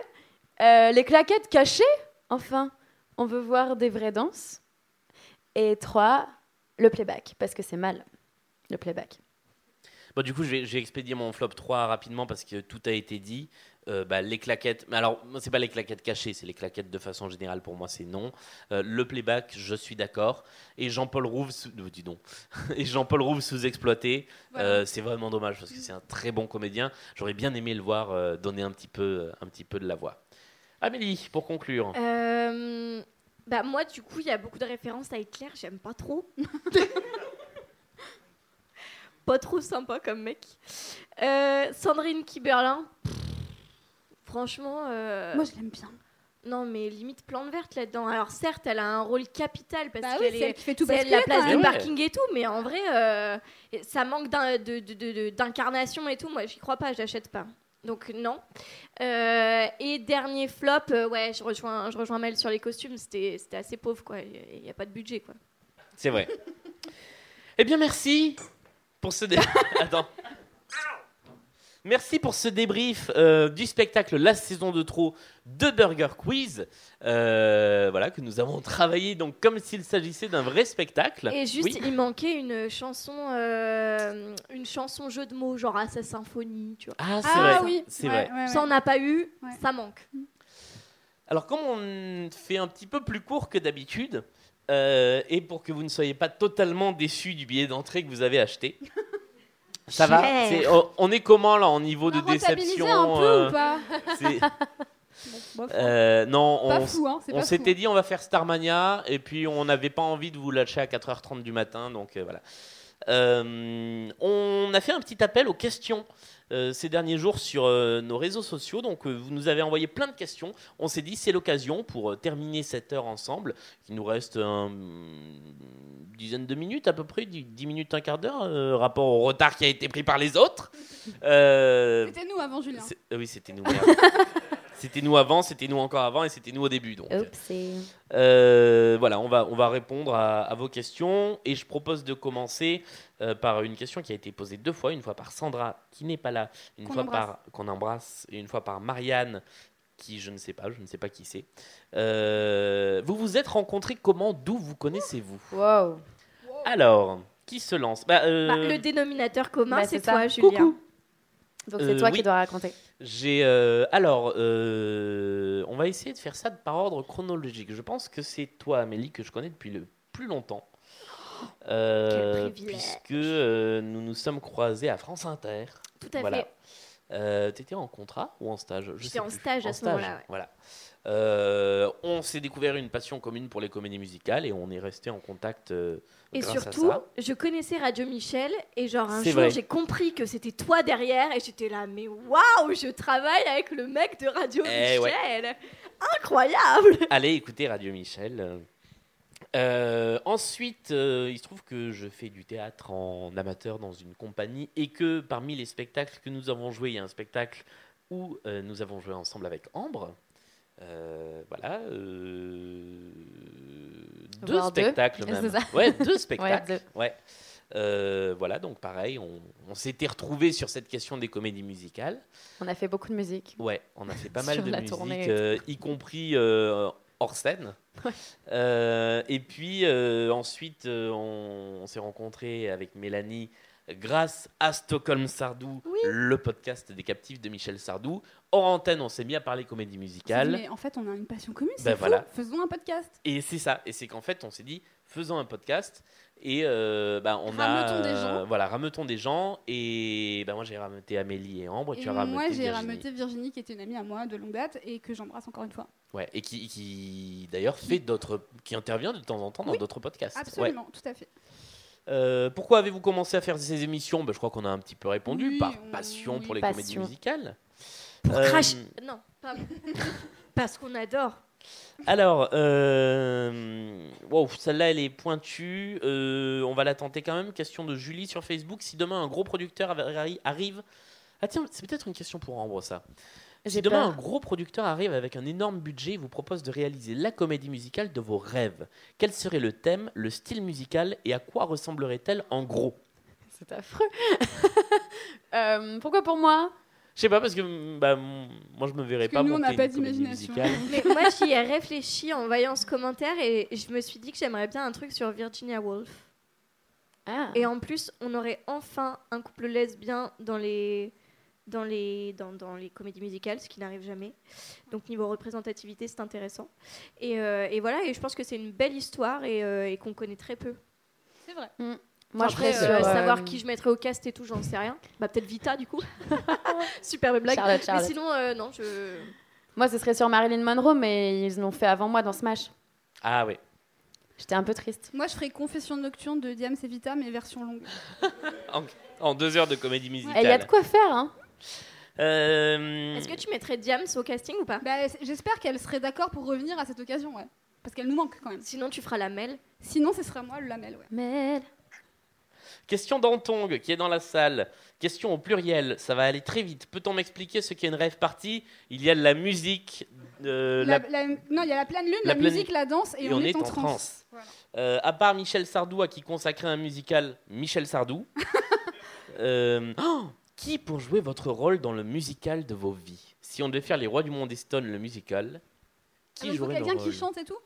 C: euh, les claquettes cachées. Enfin, on veut voir des vraies danses. Et trois, le playback parce que c'est mal. Le playback.
B: Bon, du coup, j'ai expédié mon flop 3 rapidement parce que tout a été dit. Euh, bah, les claquettes, mais alors, moi, c'est pas les claquettes cachées, c'est les claquettes de façon générale pour moi, c'est non. Euh, le playback, je suis d'accord. Et Jean-Paul Rouve, sous- euh, dis donc, *laughs* et Jean-Paul Rouve sous-exploité, euh, c'est vraiment dommage parce que c'est un très bon comédien. J'aurais bien aimé le voir euh, donner un petit, peu, un petit peu de la voix. Amélie, pour conclure.
F: Euh, bah moi, du coup, il y a beaucoup de références à Hitler, j'aime pas trop. *laughs* pas trop sympa comme mec. Euh, Sandrine Kiberlin, pff, franchement... euh,
D: Moi, je l'aime bien.
F: Non, mais limite plante verte là-dedans. Alors certes, elle a un rôle capital parce
D: Bah oui,
F: qu'elle
D: c'est
F: est,
D: elle qui fait tout
F: c'est elle
D: basculer,
F: la place
D: quand
F: du
D: même.
F: parking et tout, mais en vrai, euh, ça manque d'un- de- de- de- de- d'incarnation et tout. Moi, j'y crois pas, je l'achète pas. Donc non. Euh, et dernier flop, euh, ouais, je rejoins, je rejoins Mel sur les costumes. C'était, c'était assez pauvre, quoi. Il n'y a pas de budget, quoi.
B: C'est *laughs* vrai. eh bien, merci pour ce débrief. *laughs* Attends. Merci pour ce débrief euh, du spectacle La saison de trop de Burger Quiz. Euh, voilà, que nous avons *laughs* travaillé donc comme s'il s'agissait d'un vrai spectacle.
F: Et juste,
B: Bah, Oui.
F: il manquait une chanson, euh, une chanson jeu de mots, genre à sa symphonie, tu vois.
B: Ah, c'est Ah vrai, oui. c'est vrai.
F: Ça, on n'a pas eu, ça manque.
B: Alors, comme on fait un petit peu plus court que d'habitude, euh, et pour que vous ne soyez pas totalement déçus du billet d'entrée que vous avez acheté, ça va
A: Cher.
B: C'est- on- On est comment là en niveau de
D: Rentabiliser
B: déception
D: un peu
B: euh,
D: ou pas
B: c'est-
D: Bon, bof.
B: Euh, non,
D: Pas
B: on,
D: fou, hein, c'est
B: on
D: pas fou,
B: s'était
D: hein.
B: dit on va faire Starmania et puis on n'avait pas envie de vous lâcher à 4h30 du matin, donc euh, voilà. Euh, on a fait un petit appel aux questions euh, ces derniers jours sur euh, nos réseaux sociaux, donc euh, vous nous avez envoyé plein de questions. On s'est dit c'est l'occasion pour euh, terminer cette heure ensemble. Il nous reste un- une dizaine de minutes à peu près, 10 minutes, un quart d'heure, euh, rapport au retard qui a été pris par les
D: *laughs*
B: autres. Euh,
D: C'était nous hein. avant Julien.
B: c'est- euh, oui, c'était nous. merde. c'était nous avant, c'était nous encore avant et c'était nous au début. Donc. Euh, voilà, on va, on va répondre à, à vos questions et je propose de commencer euh, par une question qui a été posée deux fois, une fois par Sandra qui n'est pas là, une
A: Qu'on
B: fois
A: embrasse.
B: par qu'on embrasse et une fois par Marianne qui je ne sais pas, je ne sais pas qui c'est. Euh, vous vous êtes rencontrés comment, d'où vous connaissez-vous
C: Wow.
B: Alors, qui se lance Bah, euh,
F: Bah, le dénominateur commun,
C: Bah,
F: c'est
C: c'est ça.
F: toi, Julien.
C: Coucou. Donc c'est
B: Euh,
C: toi
B: oui.
C: qui dois raconter.
B: J'ai euh, alors, euh, on va essayer de faire ça par ordre chronologique. Je pense que c'est toi, Amélie, que je connais depuis le plus longtemps, Euh,
F: Quel Oh, privilège.
B: puisque euh, nous nous sommes croisés à France Inter.
F: Tout à fait.
B: Euh, T'étais en contrat ou en stage Je
F: J'étais
B: sais
F: en
B: plus.
F: stage à ce moment-là, ouais.
B: Voilà. Euh, on s'est découvert une passion commune pour les comédies musicales et on est resté en contact. euh,
F: Et
B: grâce à
F: surtout,
B: ça.
F: je connaissais Radio Michel et genre un
B: C'est
F: jour
B: vrai.
F: j'ai compris que c'était toi derrière et j'étais là mais waouh je travaille avec le mec de Radio
B: Eh
F: Michel
B: ouais.
F: incroyable
B: Allez écouter Radio Michel. Euh, ensuite, euh, il se trouve que je fais du théâtre en amateur dans une compagnie et que parmi les spectacles que nous avons joués, il y a un spectacle où euh, nous avons joué ensemble avec Ambre. Euh, voilà. euh, deux
A: Voire deux.
B: spectacles
A: C'est
B: même.
A: ça.
B: Ouais,
A: *laughs*
B: deux spectacles.
A: Ouais,
B: Ouais. Euh, voilà, donc pareil, on, on s'était retrouvés sur cette question des comédies musicales.
C: On a fait beaucoup de musique.
B: Ouais, on a fait
D: *laughs*
B: pas mal
C: Sur
B: de
C: la
B: musique,
C: tournée et
B: euh, y compris euh, hors scène. Euh, et puis euh, ensuite, euh, on, on s'est rencontrés avec Mélanie grâce à Stockholm Sardou, le podcast des captifs de Michel Sardou. Hors antenne, on s'est mis à parler comédie musicale.
D: Mais en fait, on a une passion commune.
B: Ben
D: c'est fou.
B: voilà.
D: Faisons un podcast.
B: Et c'est ça. Et c'est qu'en fait, on s'est dit, faisons un podcast. Et euh, bah, on a.
D: Rameutons des
B: euh,
D: gens.
B: Voilà, rameutons des gens. Et bah, moi, j'ai rameuté Amélie et Ambre.
D: Et
B: tu as rameuté
D: moi, j'ai
B: Virginie.
D: rameuté Virginie, qui était une amie à moi de longue date et que j'embrasse encore une fois.
B: Ouais, et qui, qui, d'ailleurs fait d'autres. qui intervient de temps en temps dans d'autres podcasts. Ouais.
D: Absolument, tout à fait.
B: Euh, pourquoi avez-vous commencé à faire ces émissions Ben, Je crois qu'on a un petit peu répondu. par passion pour les comédies
F: passion.
B: musicales.
F: Pour
B: Euh,
F: crash. Non, pardon. *laughs* Parce qu'on adore.
B: Alors, euh, wow, celle-là, elle est pointue. Euh, on va la tenter quand même. Question de Julie sur Facebook. Si demain un gros producteur arri- arrive. Ah, tiens, c'est peut-être une question pour Ambre, ça. Si
C: J'ai
B: demain
C: peur.
B: un gros producteur arrive avec un énorme budget et vous propose de réaliser la comédie musicale de vos rêves, quel serait le thème, le style musical et à quoi ressemblerait-elle en gros
C: C'est affreux. *laughs* Euh, pourquoi pour moi
B: Je sais pas, parce que bah, m- moi, je me verrais
C: que
B: pas
C: nous, on
B: monter
C: n'a pas
B: une comédie
C: d'imagination.
B: musicale.
D: *laughs*
F: Mais moi, j'y ai réfléchi en voyant ce commentaire et je me suis dit que j'aimerais bien un truc sur Virginia Woolf.
C: Ah.
F: Et en plus, on aurait enfin un couple lesbien dans les, dans les, dans, dans les comédies musicales, ce qui n'arrive jamais. Donc, niveau représentativité, c'est intéressant. Et, euh, et voilà, et je pense que c'est une belle histoire et, euh, et qu'on connaît très peu.
D: C'est vrai.
F: Moi,
C: Moi,
F: Après,
C: je
F: je
C: serais sur, euh,
F: savoir qui je mettrais au cast et tout, j'en sais rien. Bah, peut-être Vita, *laughs* du coup. Superbe blague.
C: Charlotte, Charlotte.
F: Mais sinon, euh, non, je.
C: Moi, ce serait sur Marilyn Monroe, mais ils l'ont fait avant moi dans Smash.
B: Ah oui.
C: J'étais un peu triste.
D: Moi, je ferais Confession nocturne de Diam Sevita, mais version longue.
B: En, en deux heures de comédie musicale.
C: faire, hein
B: Euh,
F: Est-ce que tu mettrais Diams au casting ou pas
D: Bah, J'espère qu'elle serait d'accord pour revenir à cette occasion, ouais. Parce qu'elle nous manque quand même.
F: Sinon, tu feras la mêle.
D: Sinon, ce sera moi la mêle, ouais.
C: Mêle.
B: Question d'Antong qui est dans la salle. Question au pluriel, ça va aller très vite. Peut-on m'expliquer ce qu'est une rêve party Il y a de la musique, de
D: La-
B: Euh, la-
D: la- non, il y a la pleine lune,
B: la
D: la,
B: pleine-
D: musique, la danse, et, on, est, en transe. Voilà.
B: Euh, à part Michel Sardou à qui consacrait un musical Michel
D: *laughs*
B: Sardou, euh, oh, qui pour jouer votre rôle dans le musical de vos vies Si on devait faire Les Rois du Monde et Stone, le musical,
D: Ah,
B: qui
D: donc, faut
B: jouerait le
D: Quelqu'un
B: rôle
D: qui chante et tout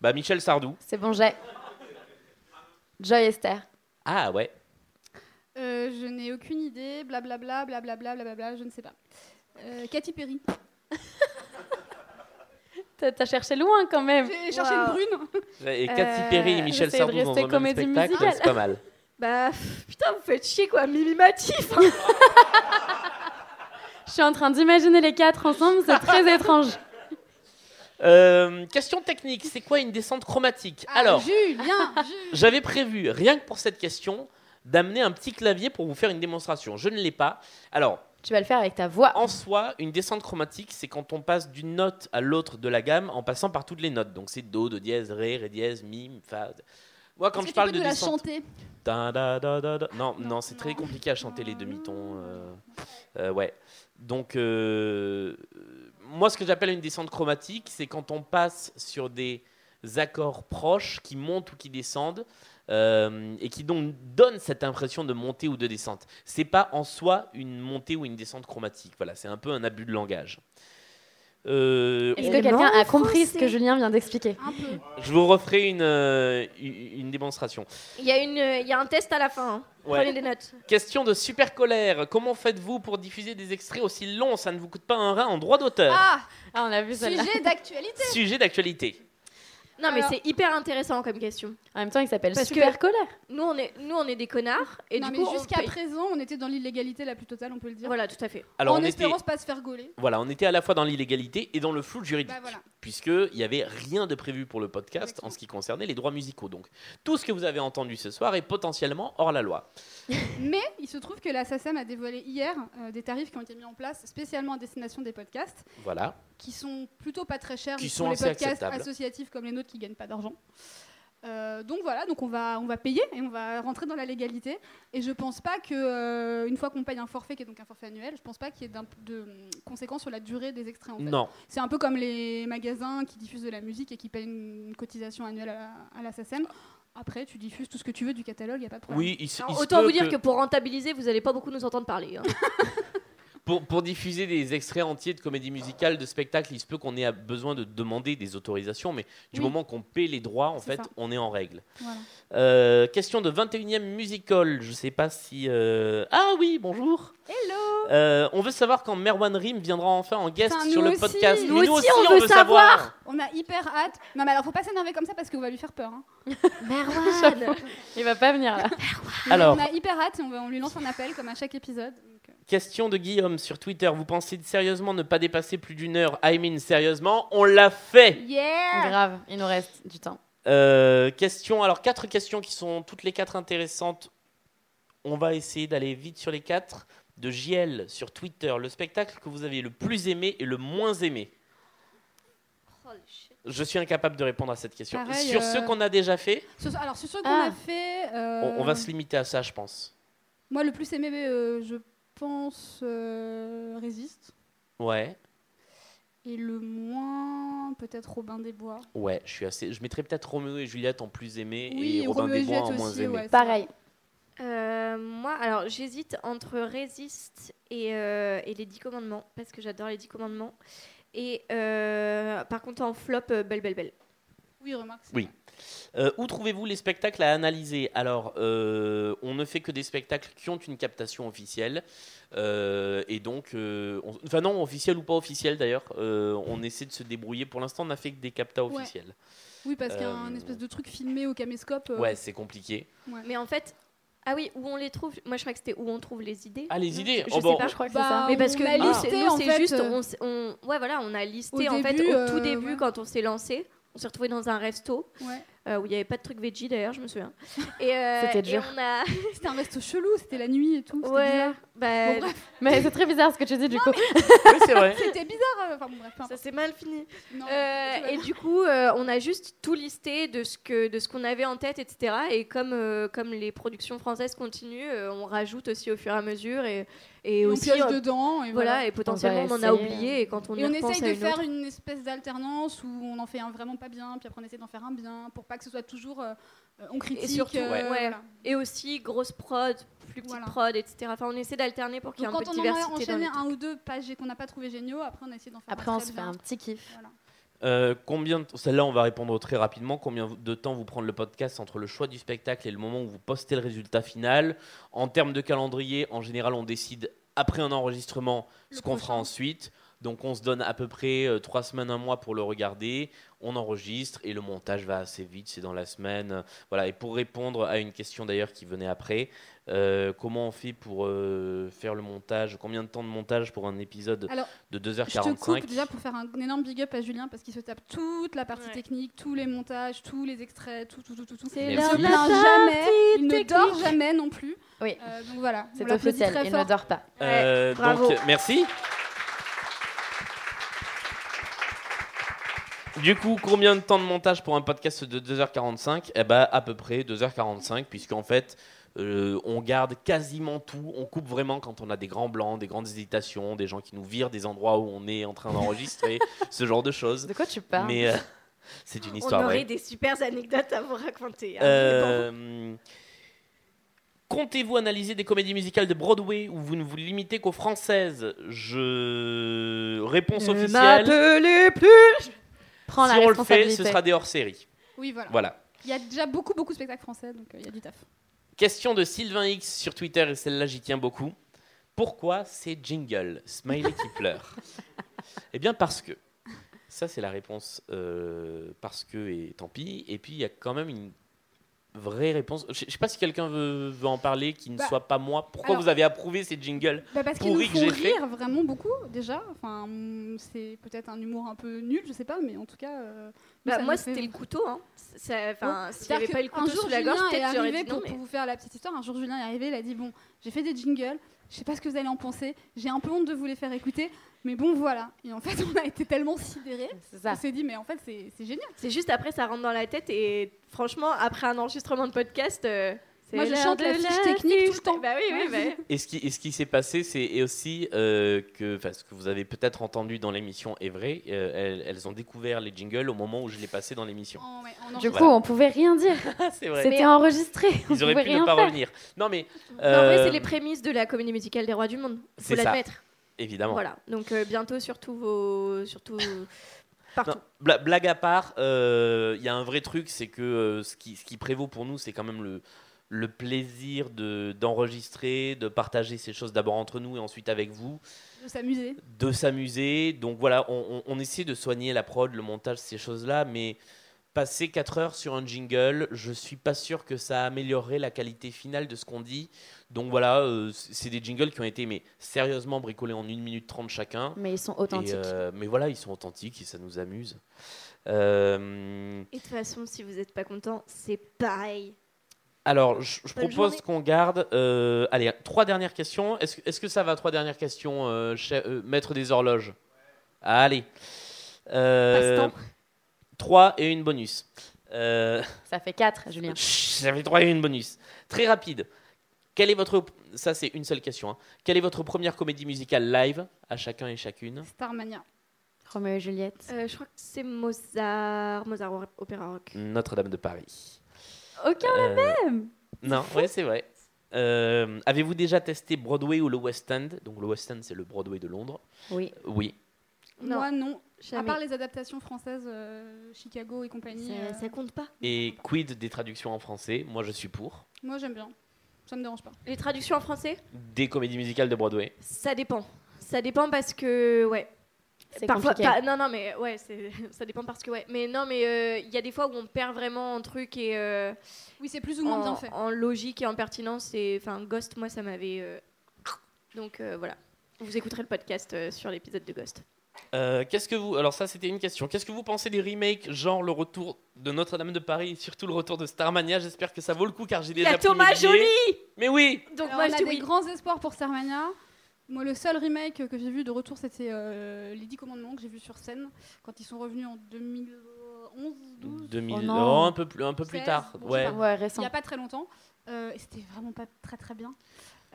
B: Bah Michel Sardou.
C: C'est bon, j'ai. Joy Esther.
B: Ah ouais.
D: Euh, Je n'ai aucune idée, blablabla, blablabla, blablabla, je ne sais pas. Euh, Katy Perry.
C: T'as t'as cherché loin quand même.
D: J'ai cherché une brune.
B: Et Katy
D: Euh,
B: Perry et Michel
C: j'essaie de
B: Sardou dans
C: rester
B: un même
C: comédie
B: spectacle,
C: musicale.
B: c'est pas mal.
F: Bah, pff, putain, vous faites chier quoi, Mimi Matif hein.
C: Je suis en train d'imaginer les quatre ensemble, c'est *laughs* très étrange.
B: Euh, question technique, c'est quoi une descente chromatique
D: Ah,
B: Alors,
D: Julien
B: j'avais prévu, rien que pour cette question, d'amener un petit clavier pour vous faire une démonstration. Je ne l'ai pas. Alors,
C: Tu vas le faire avec ta voix.
B: en soi, une descente chromatique, c'est quand on passe d'une note à l'autre de la gamme en passant par toutes les notes. Donc, c'est do, do dièse, ré, ré dièse, mi, mi, fa. Moi, quand
D: Est-ce
B: je
D: que
B: parle
D: tu peux
B: de
D: nous la
B: descente.
D: chanter
B: Da, da, da, da, da. Non, non, c'est très compliqué à chanter les demi-tons. euh, euh, ouais. Donc, euh, moi, ce que j'appelle une descente chromatique, c'est quand on passe sur des accords proches qui montent ou qui descendent euh, et qui donc donnent cette impression de montée ou de descente. C'est pas en soi une montée ou une descente chromatique. Voilà, c'est un peu un abus de langage. Euh,
C: Est-ce
B: on-
C: que quelqu'un a compris ce
F: français.
C: que Julien vient d'expliquer
B: Je vous referai une, euh, une démonstration.
F: Il y, a une, euh, il y a un test à la fin. hein.
B: Ouais.
F: Prenez des notes.
B: Question de super colère. Comment faites-vous pour diffuser des extraits aussi longs Ça ne vous coûte pas un rein en droit d'auteur.
D: Ah,
C: Ah, on l'a vu celle-là.
D: sujet d'actualité.
B: Sujet d'actualité.
F: Non, mais
D: Alors-
F: c'est hyper intéressant comme question.
C: En même temps, il s'appelle
F: Parce
C: Super
F: que-
C: Colère.
F: Nous, on est, nous, on est des connards. Et
D: non,
F: du
D: mais
F: coup, on
D: jusqu'à
F: paye.
D: présent, on était dans l'illégalité la plus totale, on peut le dire.
F: Voilà, tout à fait.
B: Alors,
D: en
B: on était-
D: espérant se pas se faire gauler.
B: Voilà, on était à la fois dans l'illégalité et dans le flou juridique.
D: Bah voilà.
B: Puisqu'il n'y avait rien de prévu pour le podcast en ce qui concernait les droits musicaux. Donc, tout ce que vous avez entendu ce soir est potentiellement hors la loi.
D: Mais il se trouve que la SACEM a dévoilé hier euh, des tarifs qui ont été mis en place spécialement à destination des podcasts,
B: Voilà.
D: qui sont plutôt pas très chers
B: Qui
D: mais
B: sont
D: pour les
B: assez
D: podcasts
B: acceptables.
D: associatifs comme les nôtres qui gagnent pas d'argent. Euh, donc voilà, donc on va on va payer et on va rentrer dans la légalité. Et je pense pas que euh, une fois qu'on paye un forfait qui est donc un forfait annuel, je pense pas qu'il y ait d'imp- de hum, conséquences sur la durée des extraits. En fait.
B: Non.
D: C'est un peu comme les magasins qui diffusent de la musique et qui payent une cotisation annuelle à la, à la SACEM. Après, tu diffuses tout ce que tu veux du catalogue, y a pas de problème.
B: Oui, il se-
F: Alors,
B: il se
F: autant
B: peut
F: vous dire que...
B: que-
F: pour rentabiliser, vous n'allez pas beaucoup nous entendre
D: *laughs*
F: parler. hein.
B: Pour, pour diffuser des extraits entiers de comédie musicale, de spectacles, il se peut qu'on ait besoin de demander des autorisations, mais du
D: Oui.
B: moment qu'on paie les droits, en
D: C'est
B: fait,
D: ça.
B: on est en règle.
D: Voilà.
B: Euh, question de 21e musical. Je sais pas si. euh, Ah oui, bonjour.
F: Hello.
B: Euh, on veut savoir quand Merwan Rim viendra enfin en guest
D: Putain,
B: sur
D: nous
B: le
D: aussi.
B: podcast.
D: Nous
B: Mais
D: aussi, on veut On a hyper hâte. Non, mais alors faut pas s'énerver comme ça parce qu'on va lui faire peur. hein.
F: *laughs* Merwan
C: Il va pas venir *laughs* là.
D: Mais
B: Alors,
D: On a hyper hâte et on, va- on lui lance un appel comme à chaque épisode. Donc, euh,
B: question de Guillaume sur Twitter. Vous pensez sérieusement ne pas dépasser plus d'une heure I mean, sérieusement, on l'a fait.
D: Yeah
C: Grave, il nous reste du temps.
B: Euh, question, alors quatre questions qui sont toutes les quatre intéressantes. On va essayer d'aller vite sur les quatre. De JL sur Twitter, le spectacle que vous avez le plus aimé et le moins aimé. Je suis incapable de répondre à cette question.
D: Pareil,
B: sur
D: euh,
B: ceux qu'on a déjà fait,
D: Ce- alors, sur ce qu'on
C: Ah.
D: a fait. euh,
B: on, on va se limiter à ça, je pense.
D: Moi, le plus aimé, euh, je pense, euh, Résiste.
B: Ouais,
D: Et le moins, peut-être Robin des Bois.
B: ouais, je suis assez. Je mettrais peut-être Roméo et Juliette en plus aimé
D: Oui,
B: et Robin
D: Roméo et
B: des Bois en
D: Juliette
B: moins
D: aussi,
B: aimé.
D: ouais.
C: Pareil.
F: Euh, moi, alors j'hésite entre Résiste et, euh, et les Dix Commandements, parce que j'adore les Dix Commandements. Et euh, par contre, en flop, euh, Belle Belle Belle.
D: Oui, remarque.
B: Oui. Euh, où trouvez-vous les spectacles à analyser Alors, euh, on ne fait que des spectacles qui ont une captation officielle. euh, et donc, euh, on- enfin non, officielle ou pas officielle d'ailleurs, euh, on essaie de se débrouiller. Pour l'instant, on n'a fait que des captas
D: Ouais.
B: officiels.
D: Oui, parce
B: Euh,
D: qu'un espèce de truc filmé au caméscope. euh,
B: Ouais, c'est compliqué. *laughs*
F: Mais en fait, ah oui, où on les trouve Moi, je crois que c'était où on trouve les idées.
B: Ah, les
F: Non,
B: idées
F: Je, je sais
B: Oh, bon.
F: pas,
B: Je crois
C: que c'est ça.
F: Mais parce que
D: Bah, on
F: nous,
D: a
F: c'est-
D: listé,
F: nous,
D: en
F: c'est
D: fait,
F: juste,
D: euh,
F: on, s- on- ouais, voilà, on a listé
D: au
F: en
D: début,
F: fait au tout
D: euh,
F: début
D: ouais.
F: quand on s'est lancé. On s'est retrouvé dans un resto
D: Ouais.
F: euh, où il n'y avait pas de truc veggie d'ailleurs, je me
D: *laughs*
F: souviens. Et, euh,
C: C'était
F: et
C: dur.
F: on a. *laughs*
D: C'était un resto chelou, c'était la nuit et tout. c'était
F: Ouais,
D: bizarre.
F: bah,
D: Bon, bref,
C: Mais c'est très bizarre ce que tu dis du coup.
B: Oui, c'est vrai.
D: c'était bizarre. euh, Enfin, bon, bref. peu
F: ça
D: importe.
F: s'est mal fini. Euh,
D: Non, tu vas
F: et
D: bien.
F: du coup, euh, on a juste tout listé de ce que de ce qu'on avait en tête, etc. Et comme euh, comme les productions françaises continuent, euh, on rajoute aussi au fur et à mesure et et,
D: Et on
F: aussi
D: pioche
F: euh,
D: dedans. Et voilà.
F: voilà et potentiellement on, en a
C: essayer.
F: oublié et quand on y
D: Et on
F: repense
D: essaye
F: à
D: de
F: une
D: faire
F: autre-
D: une espèce d'alternance où on en fait un vraiment pas bien, puis après on essaie d'en faire un bien, pour pas que ce soit toujours euh, euh, on critique.
F: et surtout
D: euh,
F: ouais.
D: voilà.
F: et aussi grosse prod, plus petite
D: Voilà.
F: prod, etc. Enfin, on essaie d'alterner pour qu'il y ait
D: Donc
F: un peu
D: quand
F: de
D: on en a
F: diversité dans
D: enchaîné
F: les
D: un ou deux pages et qu'on n'a pas trouvé géniaux, après on a essayé d'en faire
C: Après,
D: un
C: on
D: très
C: se fait
D: bien.
C: un petit kiff.
D: Voilà.
B: Euh, combien de- Celle-là, on va répondre très rapidement. Combien de temps vous prendre le podcast entre le choix du spectacle et le moment où vous postez le résultat final En termes de calendrier, en général, on décide après un enregistrement
D: Le
B: ce qu'on fera
D: prochain.
B: ensuite. Donc, on se donne à peu près euh, trois semaines, un mois pour le regarder. On enregistre et le montage va assez vite. C'est dans la semaine. Voilà. Et pour répondre à une question d'ailleurs qui venait après, euh, comment on fait pour euh, faire le montage Combien de temps de montage pour un épisode
D: Alors,
B: de
D: Je te
B: 2h45
D: coupe déjà pour faire un énorme big up à Julien parce qu'il se tape toute la partie
F: Ouais.
D: technique, tous les montages, tous les extraits, tout, tout, tout, tout. tout.
C: C'est
D: Il
B: l'heure
D: se
B: de
D: plaint
C: la
D: jamais,
C: partie
D: il ne
C: technique.
D: dort jamais non plus.
C: Oui.
D: Euh, donc voilà, on
C: C'est
D: l'applaudit
C: officiel,
D: très
C: il
D: fort.
C: ne dort pas.
B: Euh,
F: bravo.
B: donc, merci. Du coup, combien de temps de montage pour un podcast de 2h45 Eh ben, à peu près 2h45, puisqu'en fait, euh, on garde quasiment tout. On coupe vraiment quand on a des grands blancs, des grandes hésitations, des gens qui nous virent des endroits où on est en
F: *laughs*
B: train d'enregistrer, ce genre de choses.
C: De quoi tu parles
B: Mais euh, c'est une
F: On
B: histoire
F: aurait
B: vraie.
F: des super anecdotes à vous raconter. hein.
B: Euh, Comptez-vous analyser des comédies musicales de Broadway où vous ne vous limitez qu'aux françaises Je
C: Euh,
B: réponse officielle.
C: m'appelez plus bah, Prends
B: si
C: la
B: on le fait,
C: responsabilité.
B: ce sera des hors-séries.
D: Oui, voilà.
B: Voilà.
D: Il y a déjà beaucoup, beaucoup de spectacles français, donc euh, il y a du taf.
B: Question de Sylvain X sur Twitter et celle-là j'y tiens beaucoup. Pourquoi c'est jingle Smiley qui pleure.
D: *laughs*
B: Eh bien parce que. Ça c'est la réponse euh, parce que et tant pis. Et puis il y a quand même une vraie réponse. Je je sais pas si quelqu'un veut, veut en parler qui ne
D: Bah,
B: soit pas moi. Pourquoi
D: alors-
B: vous avez approuvé ces jingles
D: Bah, parce qu'ils nous
B: Pourri que
D: font
B: j'ai
D: rire
B: fait.
D: vraiment beaucoup déjà. Enfin, mm, c'est peut-être un humour un peu nul, je sais pas, mais en tout cas. euh, nous,
F: Bah,
D: ça
F: moi,
D: nous fait-
F: c'était le couteau. Hein. Ça- enfin, S'il n'y
D: C'est-à-dire
F: avait pas eu le
D: qu'un
F: couteau
D: jour,
F: sous la gorge,
D: Julien est
F: peut-être j'aurais
D: arrivé
F: dit non.
D: pour,
F: mais-
D: pour vous faire la petite histoire. Un jour, Julien est arrivé, il a dit Bon, j'ai fait des jingles, je sais pas ce que vous allez en penser, j'ai un peu honte de vous les faire écouter, mais bon, voilà. Et en fait, *laughs* on a été tellement sidérés,
C: C'est
F: Bah.
C: ça.
D: on s'est dit Mais en fait, c'est c'est génial.
F: C'est juste après, ça rentre dans la tête et franchement, après un enregistrement de podcast, euh, c'est
D: Moi, je
F: l'heure
D: chante
F: de
D: la fiche technique tout le temps.
F: Bah oui, oui, bah.
B: Et ce qui, et ce qui s'est passé, c'est et aussi euh, que, enfin, ce que vous avez peut-être entendu dans l'émission est vrai. euh, elles, elles ont découvert les jingles au moment où je les passais dans l'émission.
D: En- ouais, en
C: Du
D: enregistrant.
C: coup, on pouvait rien dire.
D: Ah,
B: c'est
C: C'était enregistré. on
B: Ils auraient
C: pouvait
B: pu
C: rien
B: ne pas
C: faire.
B: revenir. Non, mais
F: Non, en vrai,
B: euh,
F: c'est les prémices de la comédie musicale des Rois du Monde. Faut
B: C'est ça.
F: l'admettre.
B: évidemment.
F: Voilà. Donc euh, bientôt, sur tous vos. Sur tous-
B: Non,
F: Partout.
B: bla- blague à part, euh, il y a un vrai truc, c'est que euh, ce, qui, ce qui prévaut pour nous, c'est quand même le, le plaisir de- d'enregistrer, de partager ces choses d'abord entre nous et ensuite avec vous.
D: de s'amuser.
B: de s'amuser. Donc voilà, on, on- on essaie de soigner la prod, le montage, ces choses-là, mais passer 4 heures sur un jingle, je suis pas sûr que ça améliorerait la qualité finale de ce qu'on dit. Donc voilà, euh, c- c'est des jingles qui ont été mais sérieusement bricolés en 1 minute 30 chacun.
C: Mais ils sont
B: Et,
C: authentiques.
B: euh, mais voilà, ils sont authentiques et ça nous amuse. Euh,
F: Et de toute façon, si vous n'êtes pas content, c'est pareil.
B: alors, je, je
F: Bonne
B: propose
F: journée.
B: qu'on garde. euh, allez, trois dernières questions. Est-ce est-ce que ça va, trois dernières questions, euh, chef- euh, maître des horloges Allez. Euh,
C: Passe-temps.
B: trois et une bonus. Euh,
C: Ça fait
B: *laughs*
C: 4, Julien.
B: Chut, J'avais droit à une bonus. Très rapide. Quelle est votre ça c'est une seule question. hein. Quelle est votre première comédie musicale live à chacun et chacune
D: Starmania.
C: Roméo et Juliette.
F: Euh, je crois que c'est Mozart, Mozart War- Opéra Rock.
B: Notre-Dame de Paris.
C: Aucun
B: la
C: même
B: Euh, Non, ouais, c'est vrai. Euh, Avez-vous déjà testé Broadway ou le West End Donc le West End c'est le Broadway de Londres.
C: Oui.
B: Oui.
D: Moi, non. À
F: jamais.
D: part les adaptations françaises, euh, Chicago et compagnie. euh,
F: Ça- ça compte pas.
B: Et quid des traductions en français Moi je suis pour.
D: Moi, j'aime bien. Ça me dérange pas.
F: Les traductions en français
B: Des comédies musicales de Broadway.
F: Ça dépend. Ça dépend parce que ouais.
C: C'est
F: Parfois,
C: compliqué.
F: pas- non, non, mais ouais, c'est- *laughs* ça dépend parce que ouais. Mais non, mais euh, il y a des fois où on perd vraiment en truc et. euh,
D: oui, c'est plus ou moins
F: en,
D: bien fait.
F: En logique et en pertinence et enfin Ghost, moi ça m'avait. euh, donc euh, voilà. Vous écouterez le podcast euh, sur l'épisode de Ghost.
B: Euh, Qu'est-ce que vous Alors ça c'était une question. Qu'est-ce que vous pensez des remakes genre le retour de Notre-Dame de Paris, et surtout le retour de Starmania J'espère que ça vaut le coup car j'ai
F: y a
B: déjà pris
F: Thomas
B: mes billets.
F: Joly
B: Mais oui.
F: Donc
D: Alors,
F: moi
D: on
F: je
D: a
F: dis
D: des
F: oui.
D: grands espoirs pour Starmania. Moi, le seul remake que j'ai vu de retour, c'était euh, les 10 commandements que j'ai vu sur scène quand ils sont revenus en 2011, 12.
B: 2000 non, Oh, un peu plus un peu plus
D: 16,
B: tard.
D: bon, je sais
B: ouais.
D: pas. Il n'y a pas très longtemps. Euh, et c'était vraiment pas très très bien.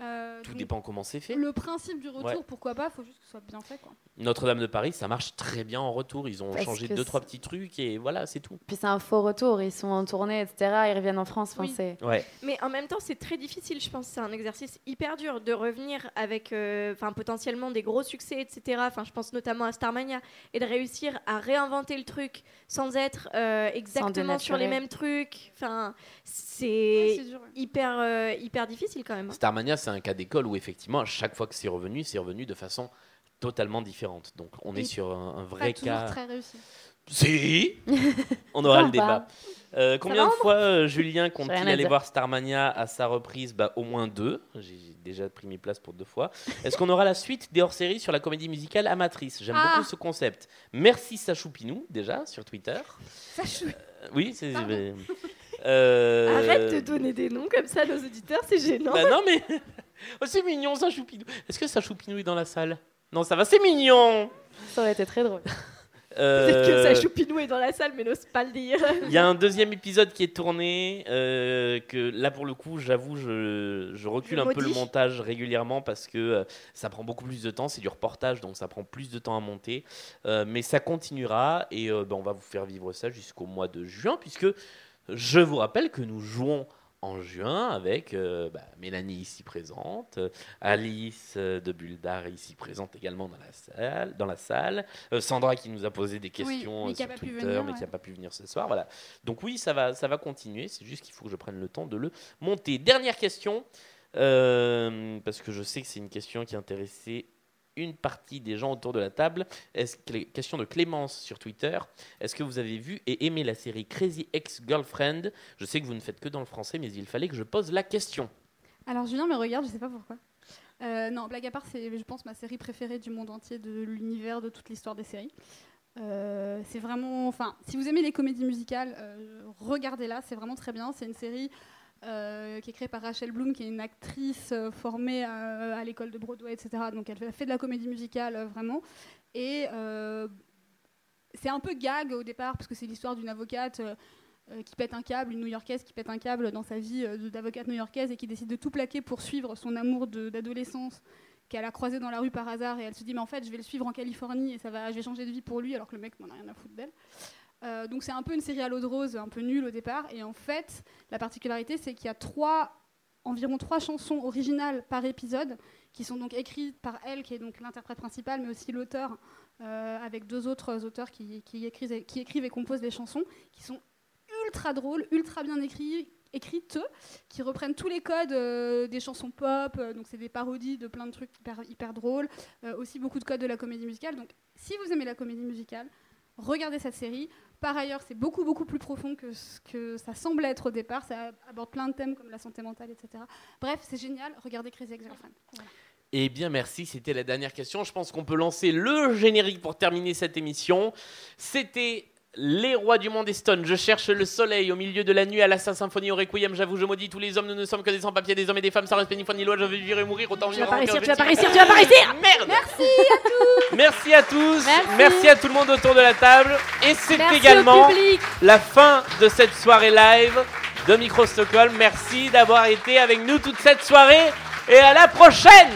D: Euh,
B: Tout
D: donc,
B: dépend comment c'est fait.
D: Le principe du retour,
B: Ouais.
D: pourquoi pas, faut juste que ce soit bien fait. Quoi.
B: Notre-Dame de Paris, ça marche très bien en retour. Ils ont
C: Parce
B: changé
C: que
B: deux
C: c'est-
B: trois petits trucs et voilà, c'est tout.
C: Puis c'est un faux retour, ils sont en tournée, etc. Ils reviennent en France. Enfin,
F: Oui.
C: c'est-
B: Ouais.
F: Mais en même temps, c'est très difficile, je pense. C'est un exercice hyper dur de revenir avec euh, enfin, potentiellement des gros succès, etc. Enfin, je pense notamment à Starmania. Et de réussir à réinventer le truc sans être euh, exactement sur les
C: dénaturer.
F: mêmes trucs. Enfin, c'est hyper, euh, hyper difficile quand même. hein.
B: Mmh. Starmania, c'est un cas d'école où effectivement, à chaque fois que c'est revenu, c'est revenu de façon totalement différente. Donc on est
D: Et
B: sur un, un
D: Pas
B: vrai
D: toujours
B: cas.
D: très réussi. *laughs*
B: Si On aura
D: Ça
B: le débat.
D: va.
B: Euh, combien
D: va,
B: de
D: Ambre
B: fois euh, Julien
C: J'ai
B: compte-t-il
C: rien à
B: aller
C: dire.
B: voir Starmania à sa reprise bah, Au moins deux. J'ai j'ai déjà pris mes places pour deux fois. Est-ce qu'on aura la suite des hors-séries sur la comédie musicale amatrice J'aime
D: Ah.
B: beaucoup ce concept. Merci Sachoupinou, déjà, sur Twitter. Euh, oui, c'est.
F: *laughs*
B: Euh,
F: Arrête de donner des noms comme ça à nos auditeurs, c'est gênant.
B: Bah non, mais. *laughs* Oh, c'est mignon, Sachoupinou. Est-ce que Sachoupinou est dans la salle Non, ça va, c'est mignon
C: Ça aurait été très drôle.
F: Peut-être que
B: Euh,
F: sa choupinou est dans la salle, mais n'ose pas le dire.
B: Il y a un deuxième épisode qui est tourné, euh, que là pour le coup, j'avoue, je, je recule
F: Je
B: un peu le
F: maudis.
B: montage régulièrement parce que euh, ça prend beaucoup plus de temps, c'est du reportage, donc ça prend plus de temps à monter. Euh, mais ça continuera et euh, ben, on va vous faire vivre ça jusqu'au mois de juin, puisque je vous rappelle que nous jouons en juin avec euh, bah, Mélanie ici présente, euh, Alice euh, de Buldar ici présente également dans la salle, dans la salle. Euh, Sandra qui nous a posé des
D: Oui,
B: questions
D: mais
B: euh,
D: qui a
B: sur
D: pas pu
B: Twitter,
D: venir,
B: mais qui
D: ouais.
B: a pas pu venir ce soir. Voilà. Donc oui, ça va, ça va continuer. C'est juste qu'il faut que je prenne le temps de le monter. Dernière question, euh, parce que je sais que c'est une question qui intéressait une partie des gens autour de la table. Est-ce que les- question de Clémence sur Twitter Est-ce que vous avez vu et aimé la série Crazy Ex-Girlfriend Je sais que vous ne faites que dans le français, mais il fallait que je pose la question.
D: Alors Julien me regarde, je sais pas pourquoi. Euh, non, blague à part, c'est je pense ma série préférée du monde entier, de l'univers, de toute l'histoire des séries. Euh, c'est vraiment, enfin, si vous aimez les comédies musicales, euh, regardez-la, c'est vraiment très bien. C'est une série euh, qui est créée par Rachel Bloom, qui est une actrice euh, formée euh, à l'école de Broadway, etc. Donc elle fait, elle fait de la comédie musicale euh, vraiment, et euh, c'est un peu gag au départ parce que c'est l'histoire d'une avocate. euh, euh, qui pète un câble, une New-Yorkaise qui pète un câble dans sa vie euh, de- d'avocate new-yorkaise et qui décide de tout plaquer pour suivre son amour de- d'adolescence qu'elle a croisé dans la rue par hasard et elle se dit mais en fait je vais le suivre en Californie et ça va, je vais changer de vie pour lui alors que le mec n'en a rien à foutre d'elle. Euh, donc c'est un peu une série à l'eau de rose, un peu nulle au départ et en fait la particularité c'est qu'il y a trois environ trois chansons originales par épisode qui sont donc écrites par elle qui est donc l'interprète principale mais aussi l'auteur euh, avec deux autres auteurs qui, qui écrivent, qui écrivent et composent les chansons qui sont ultra drôles, ultra bien écrit- écrites, qui reprennent tous les codes euh, des chansons pop, euh, donc c'est des parodies de plein de trucs hyper, hyper drôles, euh, aussi beaucoup de codes de la comédie musicale. Donc si vous aimez la comédie musicale, regardez cette série. Par ailleurs, c'est beaucoup beaucoup plus profond que ce que ça semblait être au départ. Ça aborde plein de thèmes comme la santé mentale, etc. Bref, c'est génial. Regardez Crazy Ex-Girlfriend. Voilà.
B: Eh bien, merci. C'était la dernière question. Je pense qu'on peut lancer le générique pour terminer cette émission. C'était Les rois du monde Eston, je cherche le soleil au milieu de la nuit à la Saint symphonie au requiem, j'avoue, je maudis tous les hommes, nous ne sommes que des sans-papiers, des hommes et des femmes sans respect ni foi ni loi, je veux vivre et mourir, autant
C: Tu vas
B: vivre
C: pas
B: en
C: réussir, tu vas pas
B: curiosité.
C: réussir, tu vas pas réussir
B: Merde
C: Merci
B: Merci à tous,
C: Merci.
B: merci. à tout le monde autour de la table, et c'est
C: Merci au
B: également
C: public.
B: la fin de cette soirée live de Micro Stockholm. Merci d'avoir été avec nous toute cette soirée, et à la prochaine